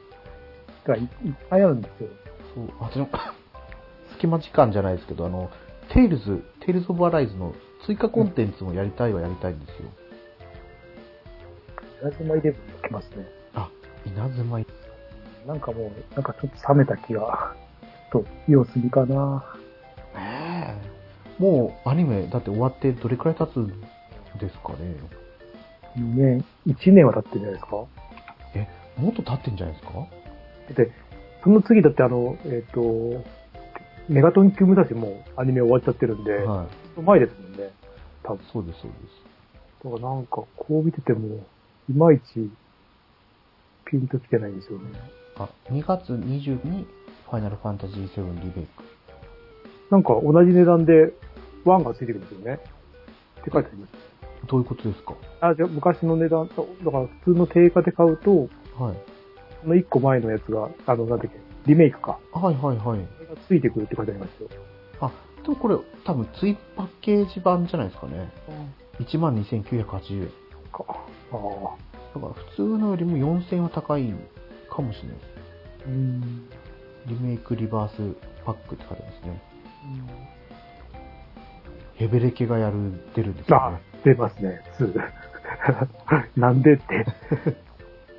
B: だからいいっぱいあるんですよ。
A: そう、あ、でも、 隙間時間じゃないですけど、あの、テイルズ、テイルズ・オブ・アライズの追加コンテンツもやりたいはやりたいんですよ。
B: ラズマイレブンも来ますね。
A: あ、稲妻い、
B: なんかもう、なんかちょっと冷めた気が、 ちょっと様子見かな。
A: ねえもうアニメ、だって終わってどれくらい経つんですかね。
B: 2年、1年は経ってるんじゃないですか
A: え、もっと経ってんじゃないですか
B: だって、その次だってあの、えっ、と、メガトン級武蔵もアニメ終わっちゃってるんで、
A: はい。
B: うまいですもんね。多分。
A: そうです、そうで
B: だからなんか、こう見てても、いまいち、ピンときてないんですよね。
A: す。あ、2月20日にファイナルファンタジー7リベイク。
B: なんか、同じ値段で、ワンがついてくるんですよね。って書いてあります。
A: どういうことですか
B: あ、じゃあ昔の値段と、だから普通の定価で買うと、
A: はい。
B: その一個前のやつが、あの、なんだっけ、リメイクか。
A: はいはいはい。
B: それがついてくるって書いてありますよ。
A: あ、でもこれ多分追パッケージ版じゃないですかね。12,980円。
B: か。ああ。
A: だから普通のよりも4000円は高いかもしれないで
B: うん。
A: す。リメイクリバースパックって書いてますね。ヘベレケがやる、出るんですよ
B: あ
A: ね。、
B: 出ますね、2。なん でって。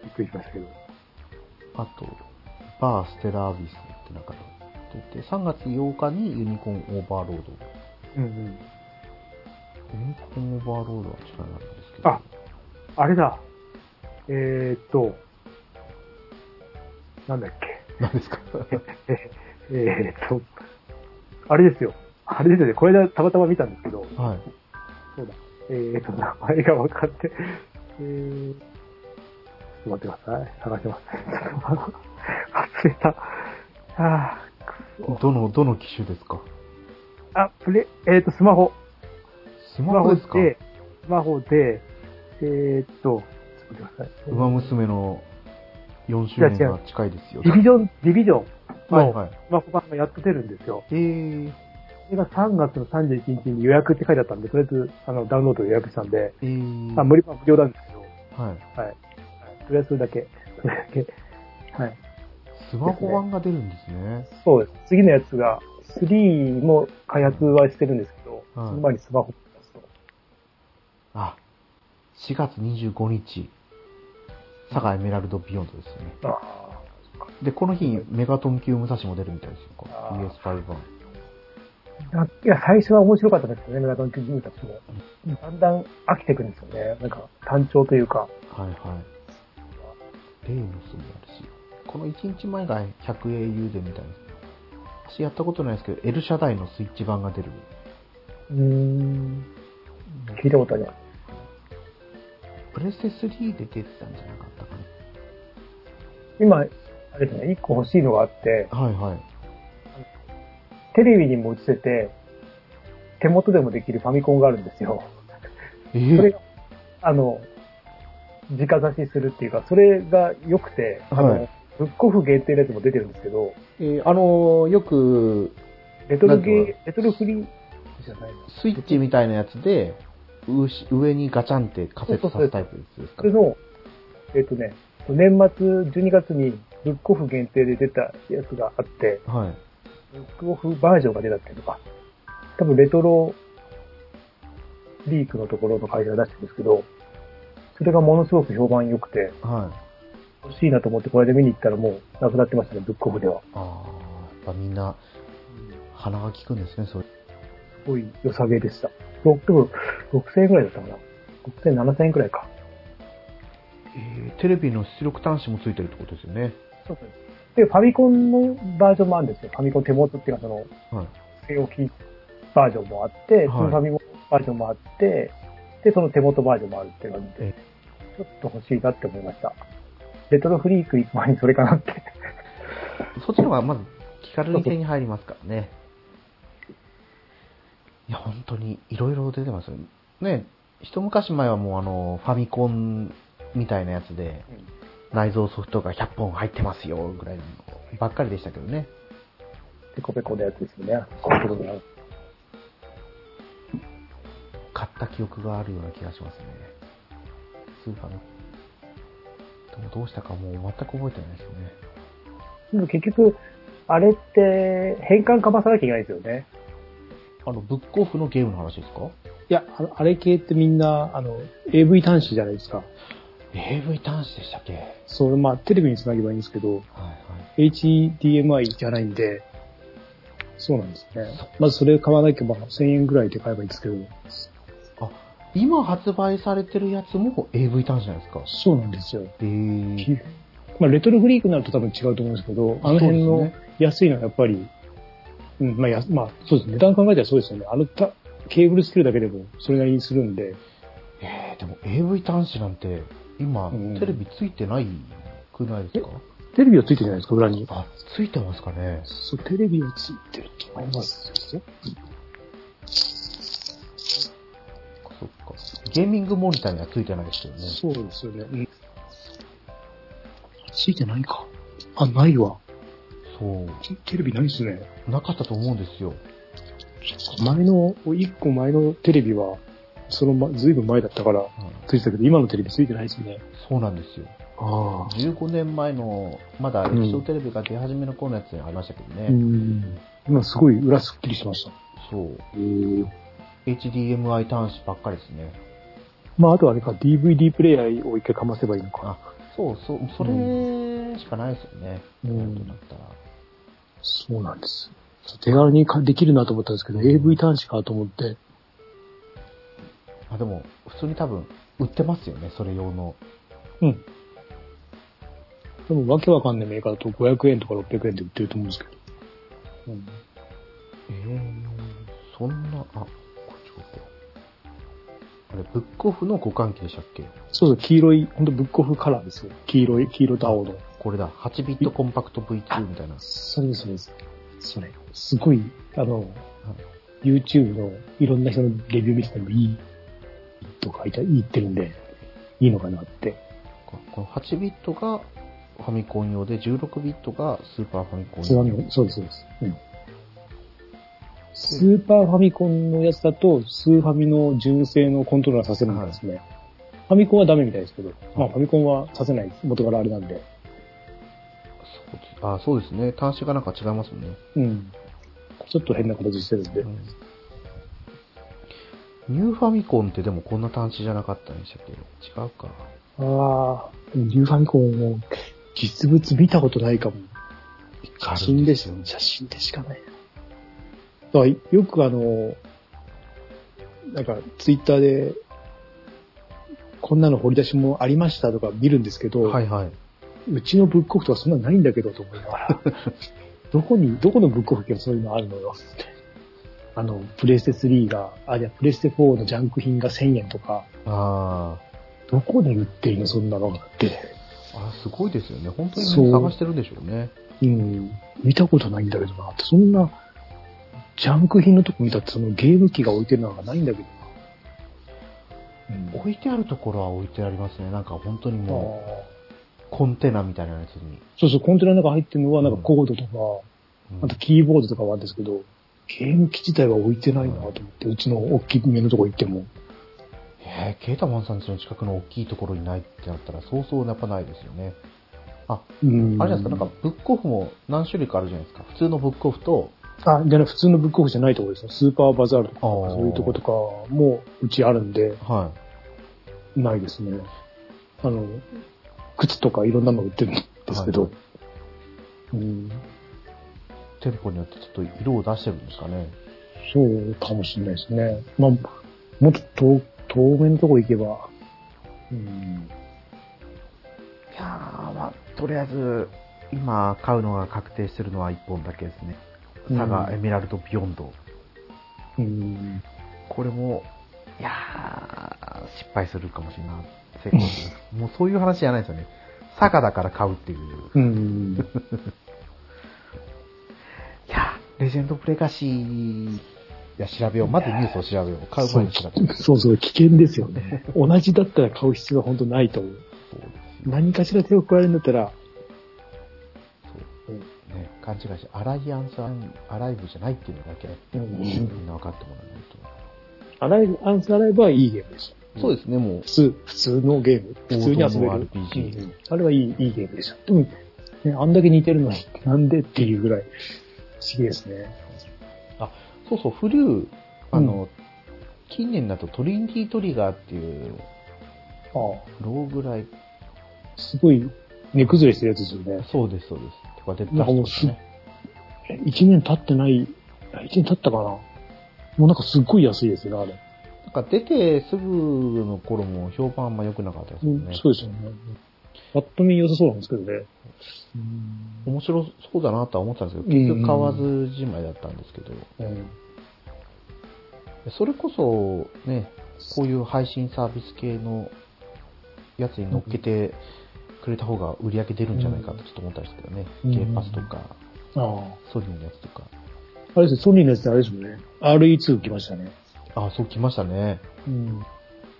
B: びっくりしましたけど。
A: あと、バーステラービスってなんか出て、3月8日にユニコーンオーバーロード。
B: うんうん。
A: ユニコーンオーバーロードは知らないんですけど。
B: あ、あれだ。えー、っと、なんだっけ。
A: 何ですか
B: えー、っと、あれですよ。あれですよね。これでたまたま見たんですけど、
A: はい。
B: そうだ。えーと、名前が分かって、えー、ちょっと待ってください。探します。ちょっと忘れた。あ
A: どの、どの機種ですか
B: ーあ、プレ、えーと、スマホ。
A: ス
B: ス
A: マホですか
B: で、スマホで、えーと、ちょっと待ってください。
A: ウマ娘の4周年が近いですよ。
B: ディビジョン、ディビジョン
A: はい
B: の
A: はい。
B: スマホ版がやっと出るんですよ。
A: えー、
B: これが3月の31日に予約って書いてあったんで、とりあえずあのダウンロード予約したんで、
A: えー、
B: あ無料は無料なんですけど、はい
A: はい。
B: とりあえずそれだけ、それだけ。はい。
A: スマホ版が出るんですね。
B: そうです。次のやつが、3も開発はしてるんですけど、
A: はい
B: その前にスマホ
A: あ、4月25日、佐賀エメラルドビヨンドですね。
B: あ
A: で、この日、メガトン級武蔵も出るみたいですよ。
B: あー
A: PS5 版。
B: あ。いや、最初は面白かったですよね、メガトンキングたちも。だんだん飽きてくるんですよね。なんか、単調というか。
A: はいはい。レイノスもあるし、この1日前が 100au でみたいな。私やったことないですけど、L 社台のスイッチ版が出る。
B: うーん。聞いたことあります。
A: プレステ3で出てたんじゃなかったか
B: 今、あれですね、1個欲しいのがあって、
A: な。はいはい。
B: テレビにも映せて、手元でもできるファミコンがあるんですよ。
A: え
B: それ
A: ー
B: が、あの、直差しするっていうか、それが良くて、あの、
A: はい
B: ブックオフ限定のやつも出てるんですけど、
F: えーあのーよく、
B: レトロゲ
F: なん
B: ー
F: か、
B: レトロフリーじゃないの
A: スイッチみたいなやつで、うし上にガチャンってカセットさすタイプです
B: そ
A: か
B: れの、えっとね、年末12月にブックオフ限定で出たやつがあって、
A: はい。
B: ブックオフバージョンが出たっていうのか、多分レトロリークのところの会社が出してるんですけど、それがものすごく評判良くて、
A: はい。
B: 欲しいなと思ってこれで見に行ったらもうなくなってましたね、ブックオフでは。
A: ああ、やっぱみんな、鼻が利くんですね、それ。
B: すごい良さげでした。6、でも6000円くらいだったかな。6000、7000円くらいか。
A: えーテレビの出力端子もついてるってことですよね。
B: そうです。で、ファミコンのバージョンもあるんですよ。ファミコン手元っていうか、その、
A: はい。
B: 据え置きバージョンもあって、
A: い
B: そのファミコンバージョンもあって、で、その手元バージョンもあるっていう感じで、ちょっと欲しいなって思いました。レトロフリーク行く前にそれかなって。
A: そっちの方がまず気軽に手に入りますからね。いや、本当にいろいろ出てますよね。ね一昔前はもうあの、ファミコンみたいなやつで、内蔵ソフトが100本入ってますよ、ぐらいのばっかりでしたけどね。
B: ペコペコのやつですよね。そういうことになる。
A: 買った記憶があるような気がしますね。スーパーの。でもどうしたかもう全く覚えてないですね。
B: でも結局、あれって変換かまさなきゃいけないですよね。
A: あの、ブックオフのゲームの話ですか
E: いや、あのあれ系ってみんな、あの、AV 端子じゃないですか。
A: ?AV 端子でしたっけはい
E: それ、まあ、テレビにつなげばいいんですけど、
A: はい。
E: HDMI じゃないんで、そうなんですね。まずそれ買わなきゃ、まあ、1000円ぐらいで買えばいいんですけど、
A: あ、今発売されてるやつも AV 端子なんですか
E: そうなんですよ。
A: えー
E: まあ、レトロフリークになると多分違うと思うんですけど、あの辺
A: そう
E: の
A: です
E: 安いのはやっぱり、うん、まあや、まあ、そうですね。値段考えたらそうですよね。あのた、ケーブルつけるだけでもそれなりにするんで、
A: えーでも AV 端子なんて今、
E: うん
A: テレビついてないくないですか
E: テレビはついてるじゃないですか、裏に。
A: あ、ついてますかね
E: そう、テレビはついてると思います。
A: そっか。ゲーミングモニターにはついてないですよね。
E: そうですよね。うん。ついてないか。あ、ないわ。
A: そう。
E: テレビないですね。
A: なかったと思うんですよ。
E: 前の、一個前のテレビは、そのま、ずいぶん前だったから、
A: うん
E: ついてたけど、今のテレビついてないですね。
A: そうなんですよ。
E: あ
A: 15年前の、まだ液晶テレビが出始めの頃のやつにありましたけどね。
E: うん。今すごい裏すっきりしました。
A: そう。
E: へ
A: HDMI 端子ばっかりですね。
E: まあ、あとあれか、DVD プレイヤーを一回かませばいいのか。
A: あ、そうそう、それしかないですよね。
E: う
A: うんとなったら。
E: そうなんです。手軽にかできるなと思ったんですけど、AV 端子かと思って。
A: あ、でも、普通に多分、売ってますよね、それ用の。
E: うん。でも、わけわかんないメーカーだと500円とか600円で売ってると思うんですけど。うん。
A: えそんな、あ、こっちこっち。あれ、ブックオフの互換機でしたっけ
B: そうそう、黄色い、ほんとブックオフカラーですよ。黄色い、黄色と青の。
A: これだ、8ビットコンパクト V2 みたいな。
B: それです、それです。それ。すごい、あの、YouTube のいろんな人のレビュー見ててもいいとか言ってるんで、いいのかなって。
A: この8ビットがファミコン用で、16ビットがスーパーファミコン
B: スー
A: 用
B: パーファミコン、そうです、そうです。うん。スーパーファミコンのやつだと、スーファミの純正のコントローラーさせるんですね。ファミコンはダメみたいですけど、まあファミコンはさせないです。元からあれなんで。
A: そうですあ、そうですね。端子がなんか違いますもんね。
B: うん。ちょっと変な形してるんで
A: う。んニューファミコンってでもこんな端子じゃなかったんでしたっけ違うか。
B: ああ、ニューファミコンも実物見たことないかも。写真ですよ、ね、写真でしかない。だからよくあの、なんかツイッターで、こんなの掘り出しもありましたとか見るんですけど、
A: はいはい。
B: うちのブックオフとかそんなのないんだけどと思いながら、 どこに、どこのブックオフにそういうのあるのよって。あの、プレステ3が、あ、いや、プレステ4のジャンク品が1000円とか、
A: あ
B: どこで売っていいの、そんなのって。
A: ーあ、すごいですよね。本当に
B: そう
A: 探してるんでしょうね。
B: うん、見たことないんだけどなって、そんな、ジャンク品のとこ見たって、そのゲーム機が置いてるのがないんだけどな。
A: 置いてあるところは置いてありますね。なんか本当に
B: あ
A: も
B: ー
A: う、コンテナみたいなやつに。
B: そうそう、コンテナの中入ってるのは、なんかコードとか、
A: うん
B: あとキーボードとかはあるんですけど、ゲーム機自体は置いてないなと思って、うちの大きめのとこ行っても。
A: えー、ケータマンさんちの近くの大きいところにないってなったら、そうそうやっぱないですよね。
B: うん。
A: あれじゃないですか、なんかブックオフも何種類かあるじゃないですか。普通のブックオフと、
B: あ、じゃない、普通のブックオフじゃないところですね。スーパーバザールとか、
A: あー
B: そういうとことかもうちあるんで、
A: は
B: ないですね。あの、靴とかいろんなの売ってるんですけど、
A: は
B: うん、
A: い。店舗によってちょっと色を出してるんですかね。
B: そうかもしれないですね。まあ、もっと遠遠目のとこ行けば、うん、
A: いやー、まあ、とりあえず、今買うのが確定してるのは1本だけですね。
B: うん
A: サガエメラルドビヨンド。
B: うん、
A: これも、いやー、失敗するかもしれない。成功する。 もうそういう話じゃないですよね。サガだから買うっていう。
B: うん、
A: いやー、レジェンドプレガシー。いや、調べよう。まずニュースを調べよう。買う前に調べよう。
B: そうそう、危険ですよね。同じだったら買う必要は本当ないと思う。何かしら手を加えるんだったら、
A: ね、勘違いして、アライアンスアライブじゃないっていうのだけ、みんな分かってもらえない
B: アライブ、アンスアライブはいいゲームでした。
A: と。そうですね、もう
B: 普。通、普通のゲーム。普通に遊べ
A: 王道の
B: る。
A: RPG
B: うんあれはいい、いいゲームでした。でも、ね、あんだけ似てるのに、なんでっていうぐらい、不思議ですね。
A: そうそう、フリュー、あの、近年だとトリニティトリガーっていう、
B: ああ、
A: ローグライク、
B: すごい、根崩れしてるやつですよね。
A: そうです、そうです。とか、デッ
B: な
A: ド
B: んかもう
A: スペース
B: え一年経ってない、あ一年経ったかな。もうなんかすっごい安いですよね、あ
A: なんか出てすぐの頃も評判あんま良くなかったです
B: れ。
A: よね。
B: そうですよね。ぱっと見良さそうなんですけどね。
A: 面白そうだなとは思ったんですけど、
B: うん
A: 結局買わずじまいだったんですけど、
B: うん。
A: それこそね、こういう配信サービス系のやつに乗っけてくれた方が売り上げ出るんじゃないかとちょっと思ったんですけどね。
B: うん
A: ゲーパスとか、
B: あ
A: ソニーのやつとか。
B: あ。あれですね、ソニーのやつってあれですもんね。RE2 来ましたね。
A: あ、そう来ましたね。
B: うん。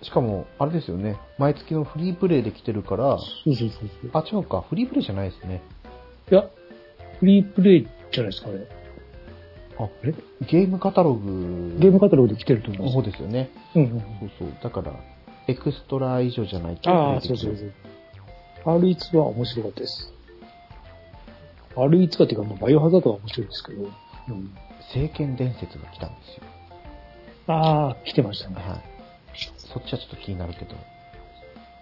A: しかも、あれですよね。毎月のフリープレイで来てるから、
B: そうそうそうそう。
A: あ、違うか。フリープレイじゃないですね。
B: いや、フリープレイじゃないですか、あれ。
A: あ、えゲームカタログ
B: ゲームカタログで来てると
A: の
B: 思
A: 方
B: うんです
A: ですよね。
B: よ。うんうん。
A: そうそう。だから、エクストラ以上じゃないと
B: ああ、そうそうそう。RE2 は面白かったです。RE2 はっていうか、まあバイオハザードは面白いですけど。うん。
A: 聖剣伝説が来たんですよ。
B: ああ、来てましたね。
A: はい。そっちはちょっと気になるけど。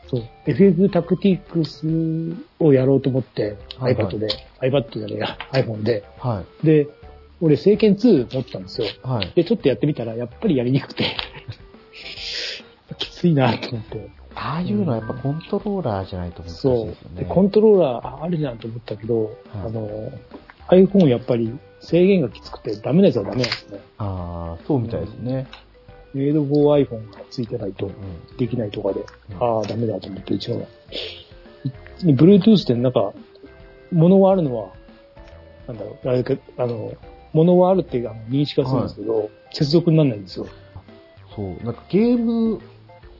B: そう。FF タクティクスをやろうと思って、
A: はいはい
B: iPad で、iPad じゃねえや、iPhone で。
A: はい。
B: で、俺、聖剣2持ってたんですよ。
A: はい。
B: で、ちょっとやってみたら、やっぱりやりにくくて、 きついなと思って。
A: ああいうのはやっぱコントローラーじゃないと難しい
B: そ
A: で
B: う
A: すよ。
B: で、
A: ね。
B: コントローラーああるじゃんと思ったけど、
A: はい
B: あの、iPhone やっぱり制限がきつくてダメなやつはダメなんですね。
A: ああ、そうみたいですね。
B: メイド for iPhone がついてないと
A: うん。
B: できないとかで、
A: うん
B: ああ、ダメだと思って、うちのは。い Bluetooth ってなんか、物はあるのは、なんだろう、あれかあの、物はあるっていうあの認識がするんですけど、接続にならないんですよ。
A: そう。なんかゲーム、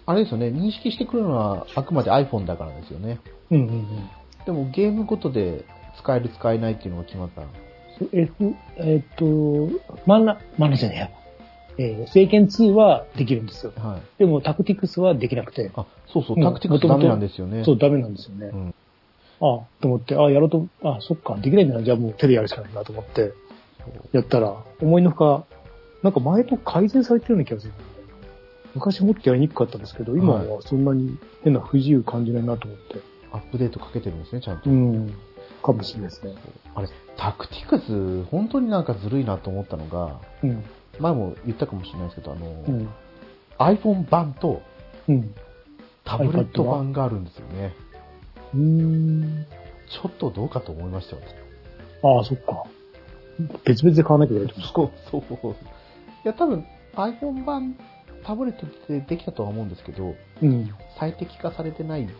A: あれですよね、認識してくるのはあくまで iPhone だからですよね。
B: うんうんうん。
A: でもゲームごとで使える使えないっていうのが決まった。
B: ええっと、マナ、マナじゃねえや。えー、聖剣2はできるんですよ。
A: はい。
B: でもタクティクスはできなくて、
A: あ、そうそうう、
B: ん
A: タクティクスダメなんですよね。
B: そう、ダメなんですよね。
A: うん
B: ああ、と思って、ああ、やろうと、ああ、そっか、できないんだな、じゃあもう手でやるしかないなと思って、やったら、思いのほか、なんか前と改善されてるような気がする。昔もっとやりにくかったんですけど、今はそんなに変な不自由感じないなと思って。
A: アップデートかけてるんですね、ちゃんと。
B: うん。かもしれないですね。
A: あれ、タクティクス、本当になんかずるいなと思ったのが、
B: うん。
A: 前も言ったかもしれないですけど、あの、
B: うん。
A: iPhone 版と
B: うん。
A: タブレット版があるんですよね。
B: うーん。
A: ちょっとどうかと思いましたよ。
B: ああ、そっか。別々で買わなきゃいけないと思
A: そう、そう。いや、多分 iPhone 版、タブレットでできたとは思うんですけど、最適化されてないと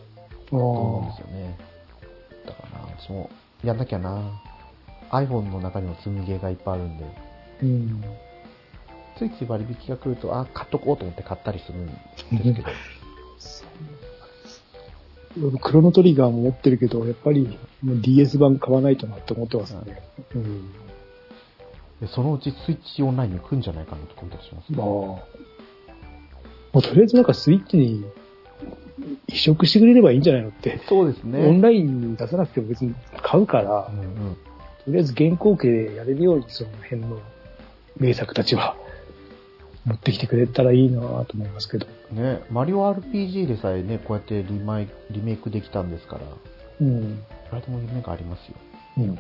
B: う。
A: 思うんですよね。だからな、私もやんなきゃな。iPhone の中にも積みゲーがいっぱいあるんで、
B: うん。ああ。うん。
A: ついつい割引が来ると、あ、買っとこうと思って買ったりするん ですけど、
B: 俺クロノトリガーも持ってるけど、やっぱりもう DS 版買わないとなって思ってますね。うん。
A: でそのうちスイッチオンラインに来るんじゃないかなと思ったりします。
B: まあ。まあ、とりあえずなんかスイッチに移植してくれればいいんじゃないのって。
A: そうです
B: オン。ラインに出さなくても別に買うから
A: うん、うん。
B: とりあえず現行形でやれるようにその辺の名作たちは持ってきてくれたらいいなと思いますけど。
A: ね、マリオ RPG でさえね、こうやってリマイリメイクできたんですから、
B: うん。
A: いくらでも夢がありますよ。
B: うん。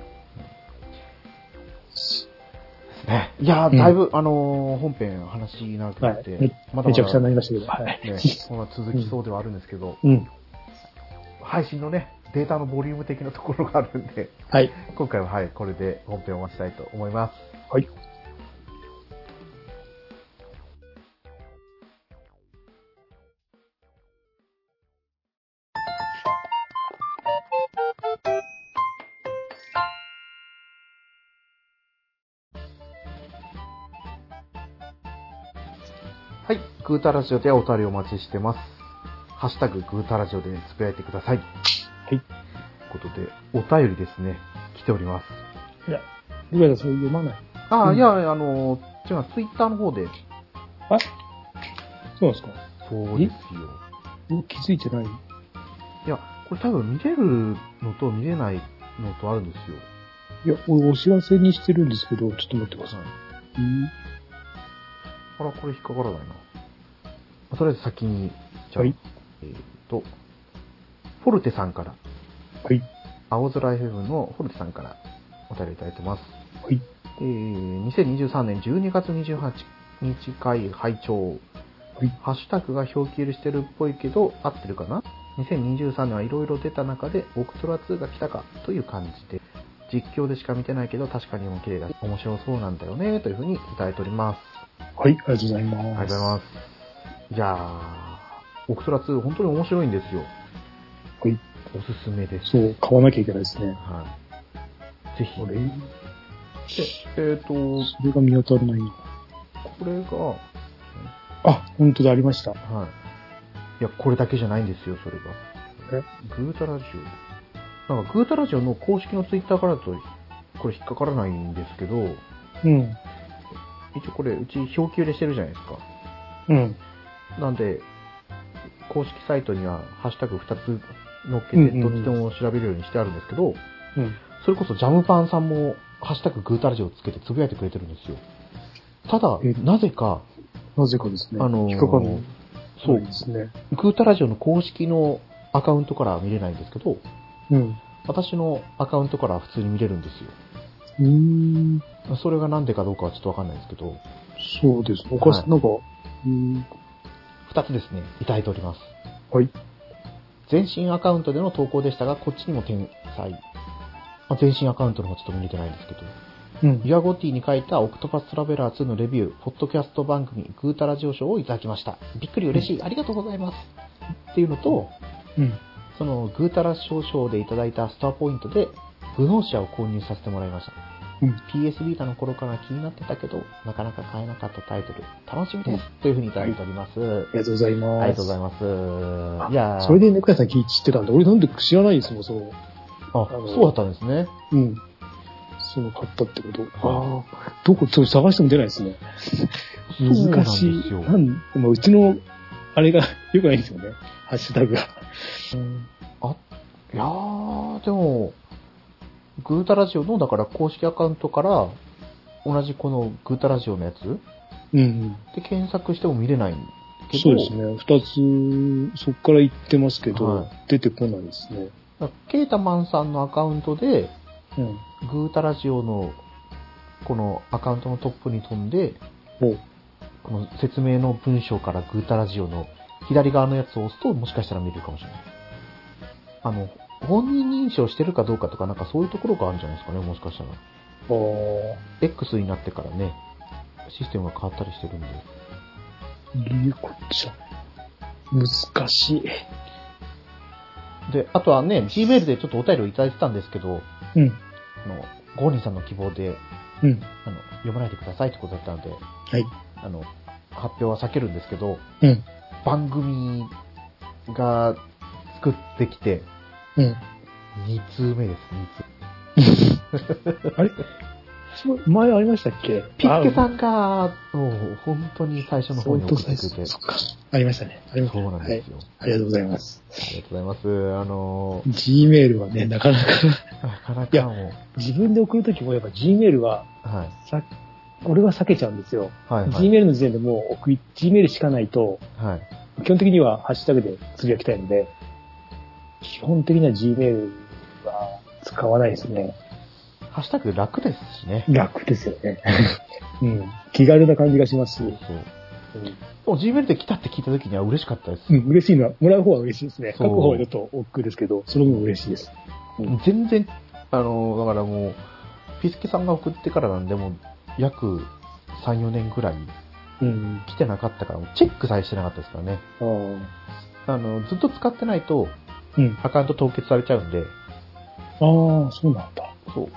A: ね、いや
B: うん
A: ー、だいぶ、あのー本編話になると思
B: は
A: っ
B: い。
A: て、
B: め
A: まだ
B: め
A: ま
B: ちゃくちゃ
A: だ、
B: に
A: ね、
B: なりましたけど、はい。
A: こんな続きそうではあるんですけど、
B: うん。
A: 配信のね、データのボリューム的なところがあるんで、
B: はい。
A: 今回ははい、これで本編を終わらせたいと思います。
B: はい。。
A: はい、グータラジオではお便りお待ちしてます。ハッシュタググータラジオでつぶやいてください。はいということで、お便りですね、来ております。
B: いや、リベラそれ読まない。
A: ああ、
B: うん
A: いや、あのー、違う、ツイッターの方で。
B: そうなんですか
A: そうですよ。
B: 僕気づいてない。
A: いや、これ多分見れるのと見れないのとあるんですよ。
B: いや、俺お知らせにしてるんですけど、ちょっと待ってください。うん
A: あら、これ引っかからないな。まあとりあえず先に、じゃあ、
B: はい
A: えっ、と、フォルテさんから、
B: はい。
A: 青空 FM のフォルテさんからお便りいただいてます。
B: はい。
A: えー、2023年12月28日会拝聴、
B: い
A: ハッシュタグが表記入れしてるっぽいけど合ってるかな2023年はいろいろ出た中でオクトラ2が来たかという感じで実況でしか見てないけど確かにも綺麗だし面白そうなんだよねというふうにいただいております
B: はい、ありがとうございます。
A: ありがとうございますいやーオクトラ2本当に面白いんですよ
B: はい
A: おすすめです、
B: そう、買わなきゃいけないですね。
A: はい、ぜひ
B: あれ
A: えっ、と
B: それが見当たらないな。
A: これが
B: あ、本当だ、ありました。
A: はい。いや、これだけじゃないんですよ、それが。グータラジオ。なんか、グータラジオの公式のツイッターからだと、これ引っかからないんですけど、
B: うん。
A: 一応これ、うち表記入れしてるじゃないですか。
B: うん。
A: なんで、公式サイトには、ハッシュタグ2つ載っけて、
B: うんうん
A: ど
B: う
A: っ
B: ん
A: ちでも調べるようにしてあるんですけど、
B: うん。
A: それこそジャムパンさんも、ハッシュタググータラジオつけてつぶやいてくれてるんですよ。ただ
B: え、
A: なぜか、
B: なぜかですね。
A: あのー
B: 引っかかる。
A: そう
B: ですね。
A: グータラジオの公式のアカウントからは見れないんですけど、
B: うん。
A: 私のアカウントからは普通に見れるんです
B: うーん。
A: よ。それがなんでかどうかはちょっとわかんないですけど、
B: そうです。おかし、
A: はい
B: なんか、うん。
A: 二つですね、いただいております。
B: はい。
A: 全身アカウントでの投稿でしたが、こっちにも転載。まあ、全身アカウントの方ちょっと見れてないんですけど、
B: うん。
A: ユアゴッティに書いたオクトパストラベラー2のレビュー、ポッドキャスト番組、グータラジオ賞をいただきました。びっくり嬉しい。ありがとうございます。っていうのと、
B: うん。
A: そのグータラ少賞でいただいたスターポイントで、グノーシアを購入させてもらいました。
B: うん
A: PS ビータの頃から気になってたけど、なかなか買えなかったタイトル、楽しみです、というふうにいただいております。
B: ありがとうございます。
A: ありがとうございます。いやー
B: それで猫屋さん聞い知ってたんで、俺なんで知らないですもん、その、
A: あ、
B: の
A: そうだったんですね。
B: うん。その買ったってこと。ああ、どこ、そう探しても出ないですね。難しい。
A: そう
B: な
A: なん
B: んでもうちの、あれが よくないんですよね。ハッシュタグが。
A: いやー、でも、グータラジオの、だから公式アカウントから、同じこのグータラジオのやつ
B: うん。
A: で検索しても見れないけど、
B: そうですね。二つ、そこから行ってますけど、
A: はい
B: 出てこないですね。
A: だからケータマンさんのアカウントで、
B: うん。
A: グータラジオのこのアカウントのトップに飛んで、
B: お
A: この説明の文章からグータラジオの左側のやつを押すと、もしかしたら見れるかもしれない。あの、本人認証してるかどうかとか、なんかそういうところがあるんじゃないですかね、もしかしたら。
B: ああ。
A: X になってからね、システムが変わったりしてるんで。
B: ゆうこちゃん。難しい。
A: で、あとはね、Gmail でちょっとお便りをいただいてたんですけど、
B: うん。
A: あの、ゴーニーさんの希望で、
B: うん。
A: あの、読まないでくださいってことだったので、
B: はい。
A: あの、発表は避けるんですけど、
B: うん。
A: 番組が作ってきて、
B: うん。
A: 2通目です、2通。
B: そう前ありましたっけ
A: ピッケ
B: ん
A: さんが、もう本当に最初の方に送ってくれて、
B: そっか。ありましたね。ありました
A: そうなんですよ。
B: ありがとうございます。
A: ありがとうございます。あの、
B: Gmail はね、なかなか、
A: なかない
B: や
A: かも
B: 自分で送るときもやっぱ Gmail は、
A: う、はい。
B: さ俺は避けちゃうんですよ。
A: はい、はい。
B: Gmail の時点でもう送り、Gmail しかないと、
A: はい。
B: 基本的にはハッシュタグでつぶやきたいので、基本的には Gmail は使わないですね。
A: ハッシュタグ楽ですしね。
B: 楽ですよ ね。うん。気軽な感じがしますし、う
A: そう。
B: ん
A: もう Gmail で来たって聞いた時には嬉しかったです。
B: うん、嬉しいのは、もらう方は嬉しいですね。
A: そう
B: 書く方はちょっと億劫ですけど、その分嬉しいです。
A: 全然、あの、だからもう、ピスケさんが送ってからなんで、もう約3、4年ぐらい
B: うん。
A: 来てなかったから、もうチェックさえしてなかったですからね。
B: ああ。
A: あの、ずっと使ってないと、
B: うん。
A: アカウント凍結されちゃうんで、
B: ああ、そうなんだ。
A: そう。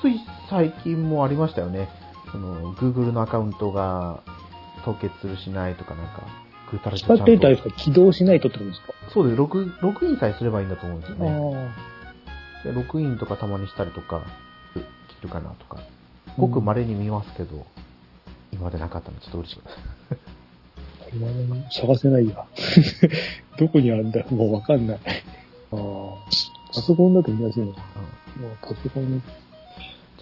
A: つい最近もありましたよね。その、Google のアカウントが凍結するしないとかなんか、グータラジ
B: 使
A: オ
B: ってみたら
A: ちゃんと
B: 起動しないとってことですか
A: そうです。ログ、ログインさえすればいいんだと思うんですよね。
B: あ
A: でログインとかたまにしたりとか、切るかなとか、ごく稀に見ますけど、今までなかったのちょっと嬉しくない。
B: あ、今の 探せないや。どこにあるんだもうわかんない。ああ、パソコンだと見やすいの。もうパソコンの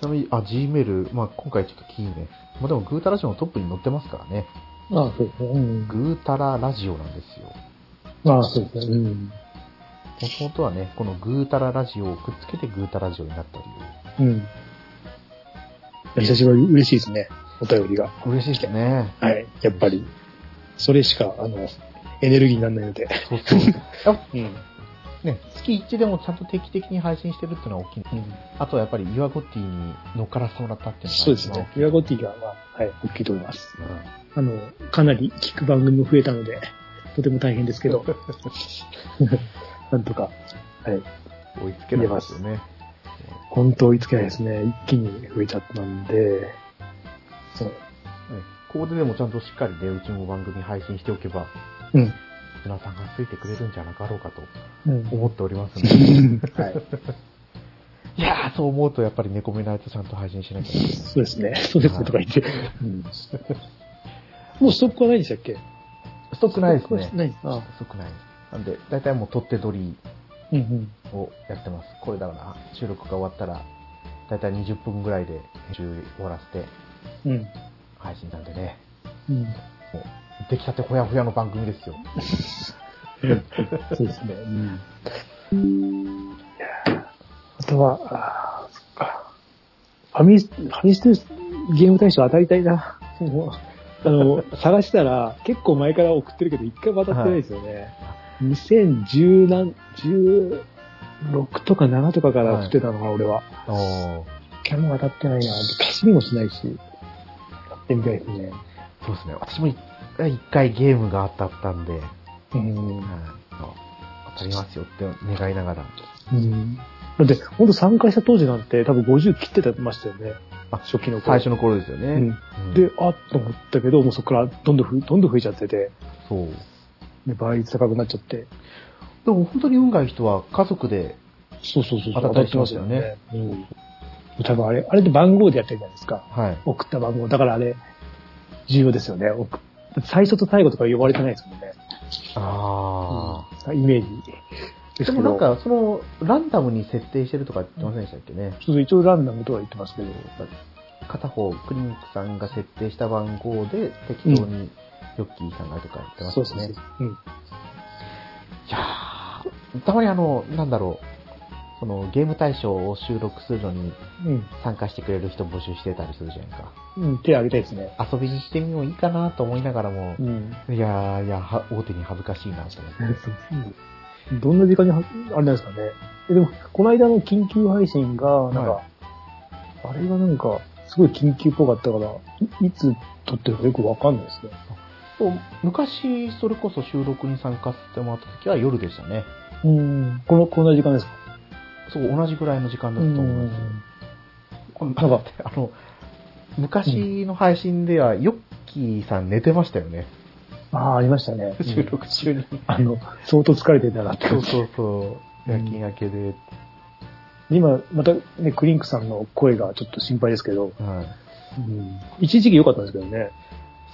A: ちなみに、あ、Gmail、まあ今回ちょっとキーね。まあでも、グータラジオのトップに載ってますからね。
B: ああ、そうですね。うん。
A: グータララジオなんですよ。
B: ああ、そうですね。うん。
A: もともとはね、このグータララジオをくっつけてグータラジオになった理
B: うん。久しぶり、嬉しいですね。お便りが。
A: 由。嬉しいですね。
B: はい。やっぱり、それしか、あの、エネルギーにならないので。
A: そうそう。
B: うん。
A: ね、月1でもちゃんと定期的に配信してるっていうのは大きい。あとはやっぱり、ユアゴッティに乗っからせてもらったっていうのが
B: そうですね。
A: 一
B: ユア
A: 番
B: ゴ
A: 大きい
B: ティが、まあ、はい、大きいと思います。
A: うん
B: あの、かなり聞く番組も増えたので、とても大変です けど、なんとか、
A: 追いつけないですよね。
B: 本当追いつけないですね。一気に増えちゃったんで、そう。
A: ねここででもちゃんとしっかりね、うちも番組配信しておけば、
B: うん。
A: 皆さんがついてくれるんじゃなかろうかと
B: うん。
A: 思っておりますので、
B: はい。
A: いやー、そう思うとやっぱり猫目のやつちゃんと配信しなきゃいけない。
B: そうですね。 そうですね。とか言って。うんもうストックはないんでしたっけ
A: ストックないですね。
B: ないです。あ
A: ストックない。なんで、大体もう取って取り
B: うんうん。
A: をやってます。これだろうな、収録が終わったら、大体20分ぐらいで編集終わらせて
B: うん。
A: 配信なんでね、
B: うん。
A: 出来たてほやほやの番組ですよ。
B: そうですね。うん。あとは、あーそっか。ファミス、ファミステゲーム大賞当たりたいな。も う、あの、探したら、結構前から送ってるけど、一回も当たってないですよね。2010何、16とか7とかから送ってたのかな、俺は。
A: おー
B: キャも当たってないな。走りもしないし、やってみたいですね。
A: そうですね。私も一一回ゲームが当たったんで、はい
B: うん。
A: 当たりますよって願いながら。
B: うん。だって、ほんと参加した当時なんて多分50切ってたましたよね。
A: あ
B: 初期の頃。
A: 最初の頃ですよね。
B: うん
A: うん
B: で、あっと思ったけど、もうそこからどんどん増えどんどん増えちゃってて、
A: そう。
B: で倍率高くなっちゃって。
A: でも本当に運がいい人は家族で、
B: そうそうそうそ
A: 当
B: う、
A: たったりしますよね
B: 当たってますよね。うん。多分あれ、あれって番号でやってるじゃないですか。
A: はい。
B: 送った番号。だからあれ、重要ですよね。送っ最初と最後とか呼ばれてないですもんね。
A: ああ。
B: イメージです
A: で
B: けど。
A: もなんか、その、ランダムに設定してるとか言ってませんでしたっけね。
B: ちょっと一応ランダムとは言ってますけど。
A: 片方、クリンクさんが設定した番号で適当にヨッキーさんがとか言ってました
B: そ
A: よ
B: うそう
A: ね。
B: そう。うん。
A: いやーたまにあの、なんだろう、そのゲーム大賞を収録するのに
B: うん。
A: 参加してくれる人募集してたりするじゃないか。
B: うん、手挙げたいですね。
A: 遊びにしてみよういいかなと思いながらも
B: う、ん。
A: いやー、いや、は大手に恥ずかしいなと思って。
B: どんな時間には、あれなんですかね。え、でも、この間の緊急配信が、なんか、
A: は
B: あれがなんか、すごい緊急っぽかったから、いいつ撮ってるかよくわかんないですね。
A: そう昔、それこそ収録に参加してもらった時は夜でしたね。
B: うん。この、こんな時間ですか
A: そう、同じぐらいの時間だったと思います。この
B: なんか
A: あの、昔の配信では、ヨッキーさん寝てましたよね。
B: ああ、ありましたね。
A: 収録中に。
B: あの、相当疲れてんだなって
A: そうそうそう。夜勤明けで。
B: 今、またね、クリンクさんの声がちょっと心配ですけど、
A: はい。
B: 一時期良かったんですけどね。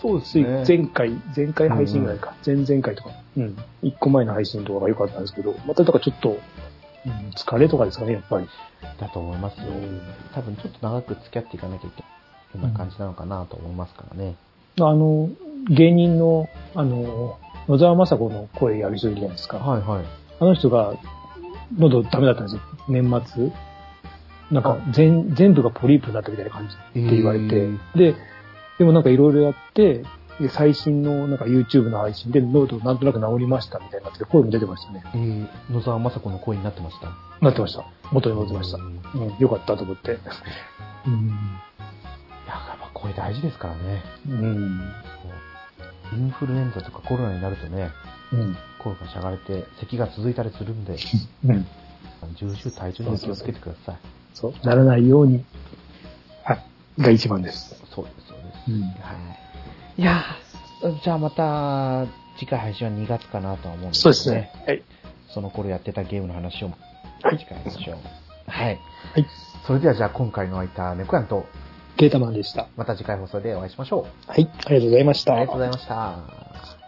A: そうで
B: つい前回、前回配信ぐらいか、前々回とか、うん、一個前の配信とかが良かったんですけど、まただからちょっと、うん、疲れとかですかね、やっぱり。
A: だと思いますよ。多分ちょっと長く付き合っていかなきゃいけないような感じなのかなと思いますからね。
B: あの、芸人の、あの、野沢雅子の声やる人いるじゃないですか。
A: はいはい。
B: あの人が、喉ダメだったんですよ、年末。なんか全、全部がポリープになったみたいな感じって言われて、
A: えー
B: で、でもなんかいろいろやって、で最新のなんか YouTube の配信でノートなんとなく治りましたみたいになってて、声も出てましたね。
A: えー、野沢雅子の声になってました。
B: なってました。元に戻ってました
A: う。んいや、
B: うん、よかったと思って。うん。
A: やっぱ声大事ですからね。
B: うん。
A: インフルエンザとかコロナになるとね、
B: うん。
A: 声がしゃがれて、咳が続いたりする んで、
B: うん。
A: 重症体重には気をつけてください。
B: そう、ならないように、はい、が一番です。
A: そうです、そうです。
B: うん。
A: はい。いやーじゃあまた、次回配信は2月かなとは思うんですけ
B: そ
A: ど
B: うですね。。はい。
A: その頃やってたゲームの話を、次回しましょう。はい。
B: はい。
A: それではじゃあ今回の空いた猫やんと、
B: ケータマンでした。
A: また次回放送でお会いしましょう。
B: はい。ありがとうございました。
A: ありがとうございました。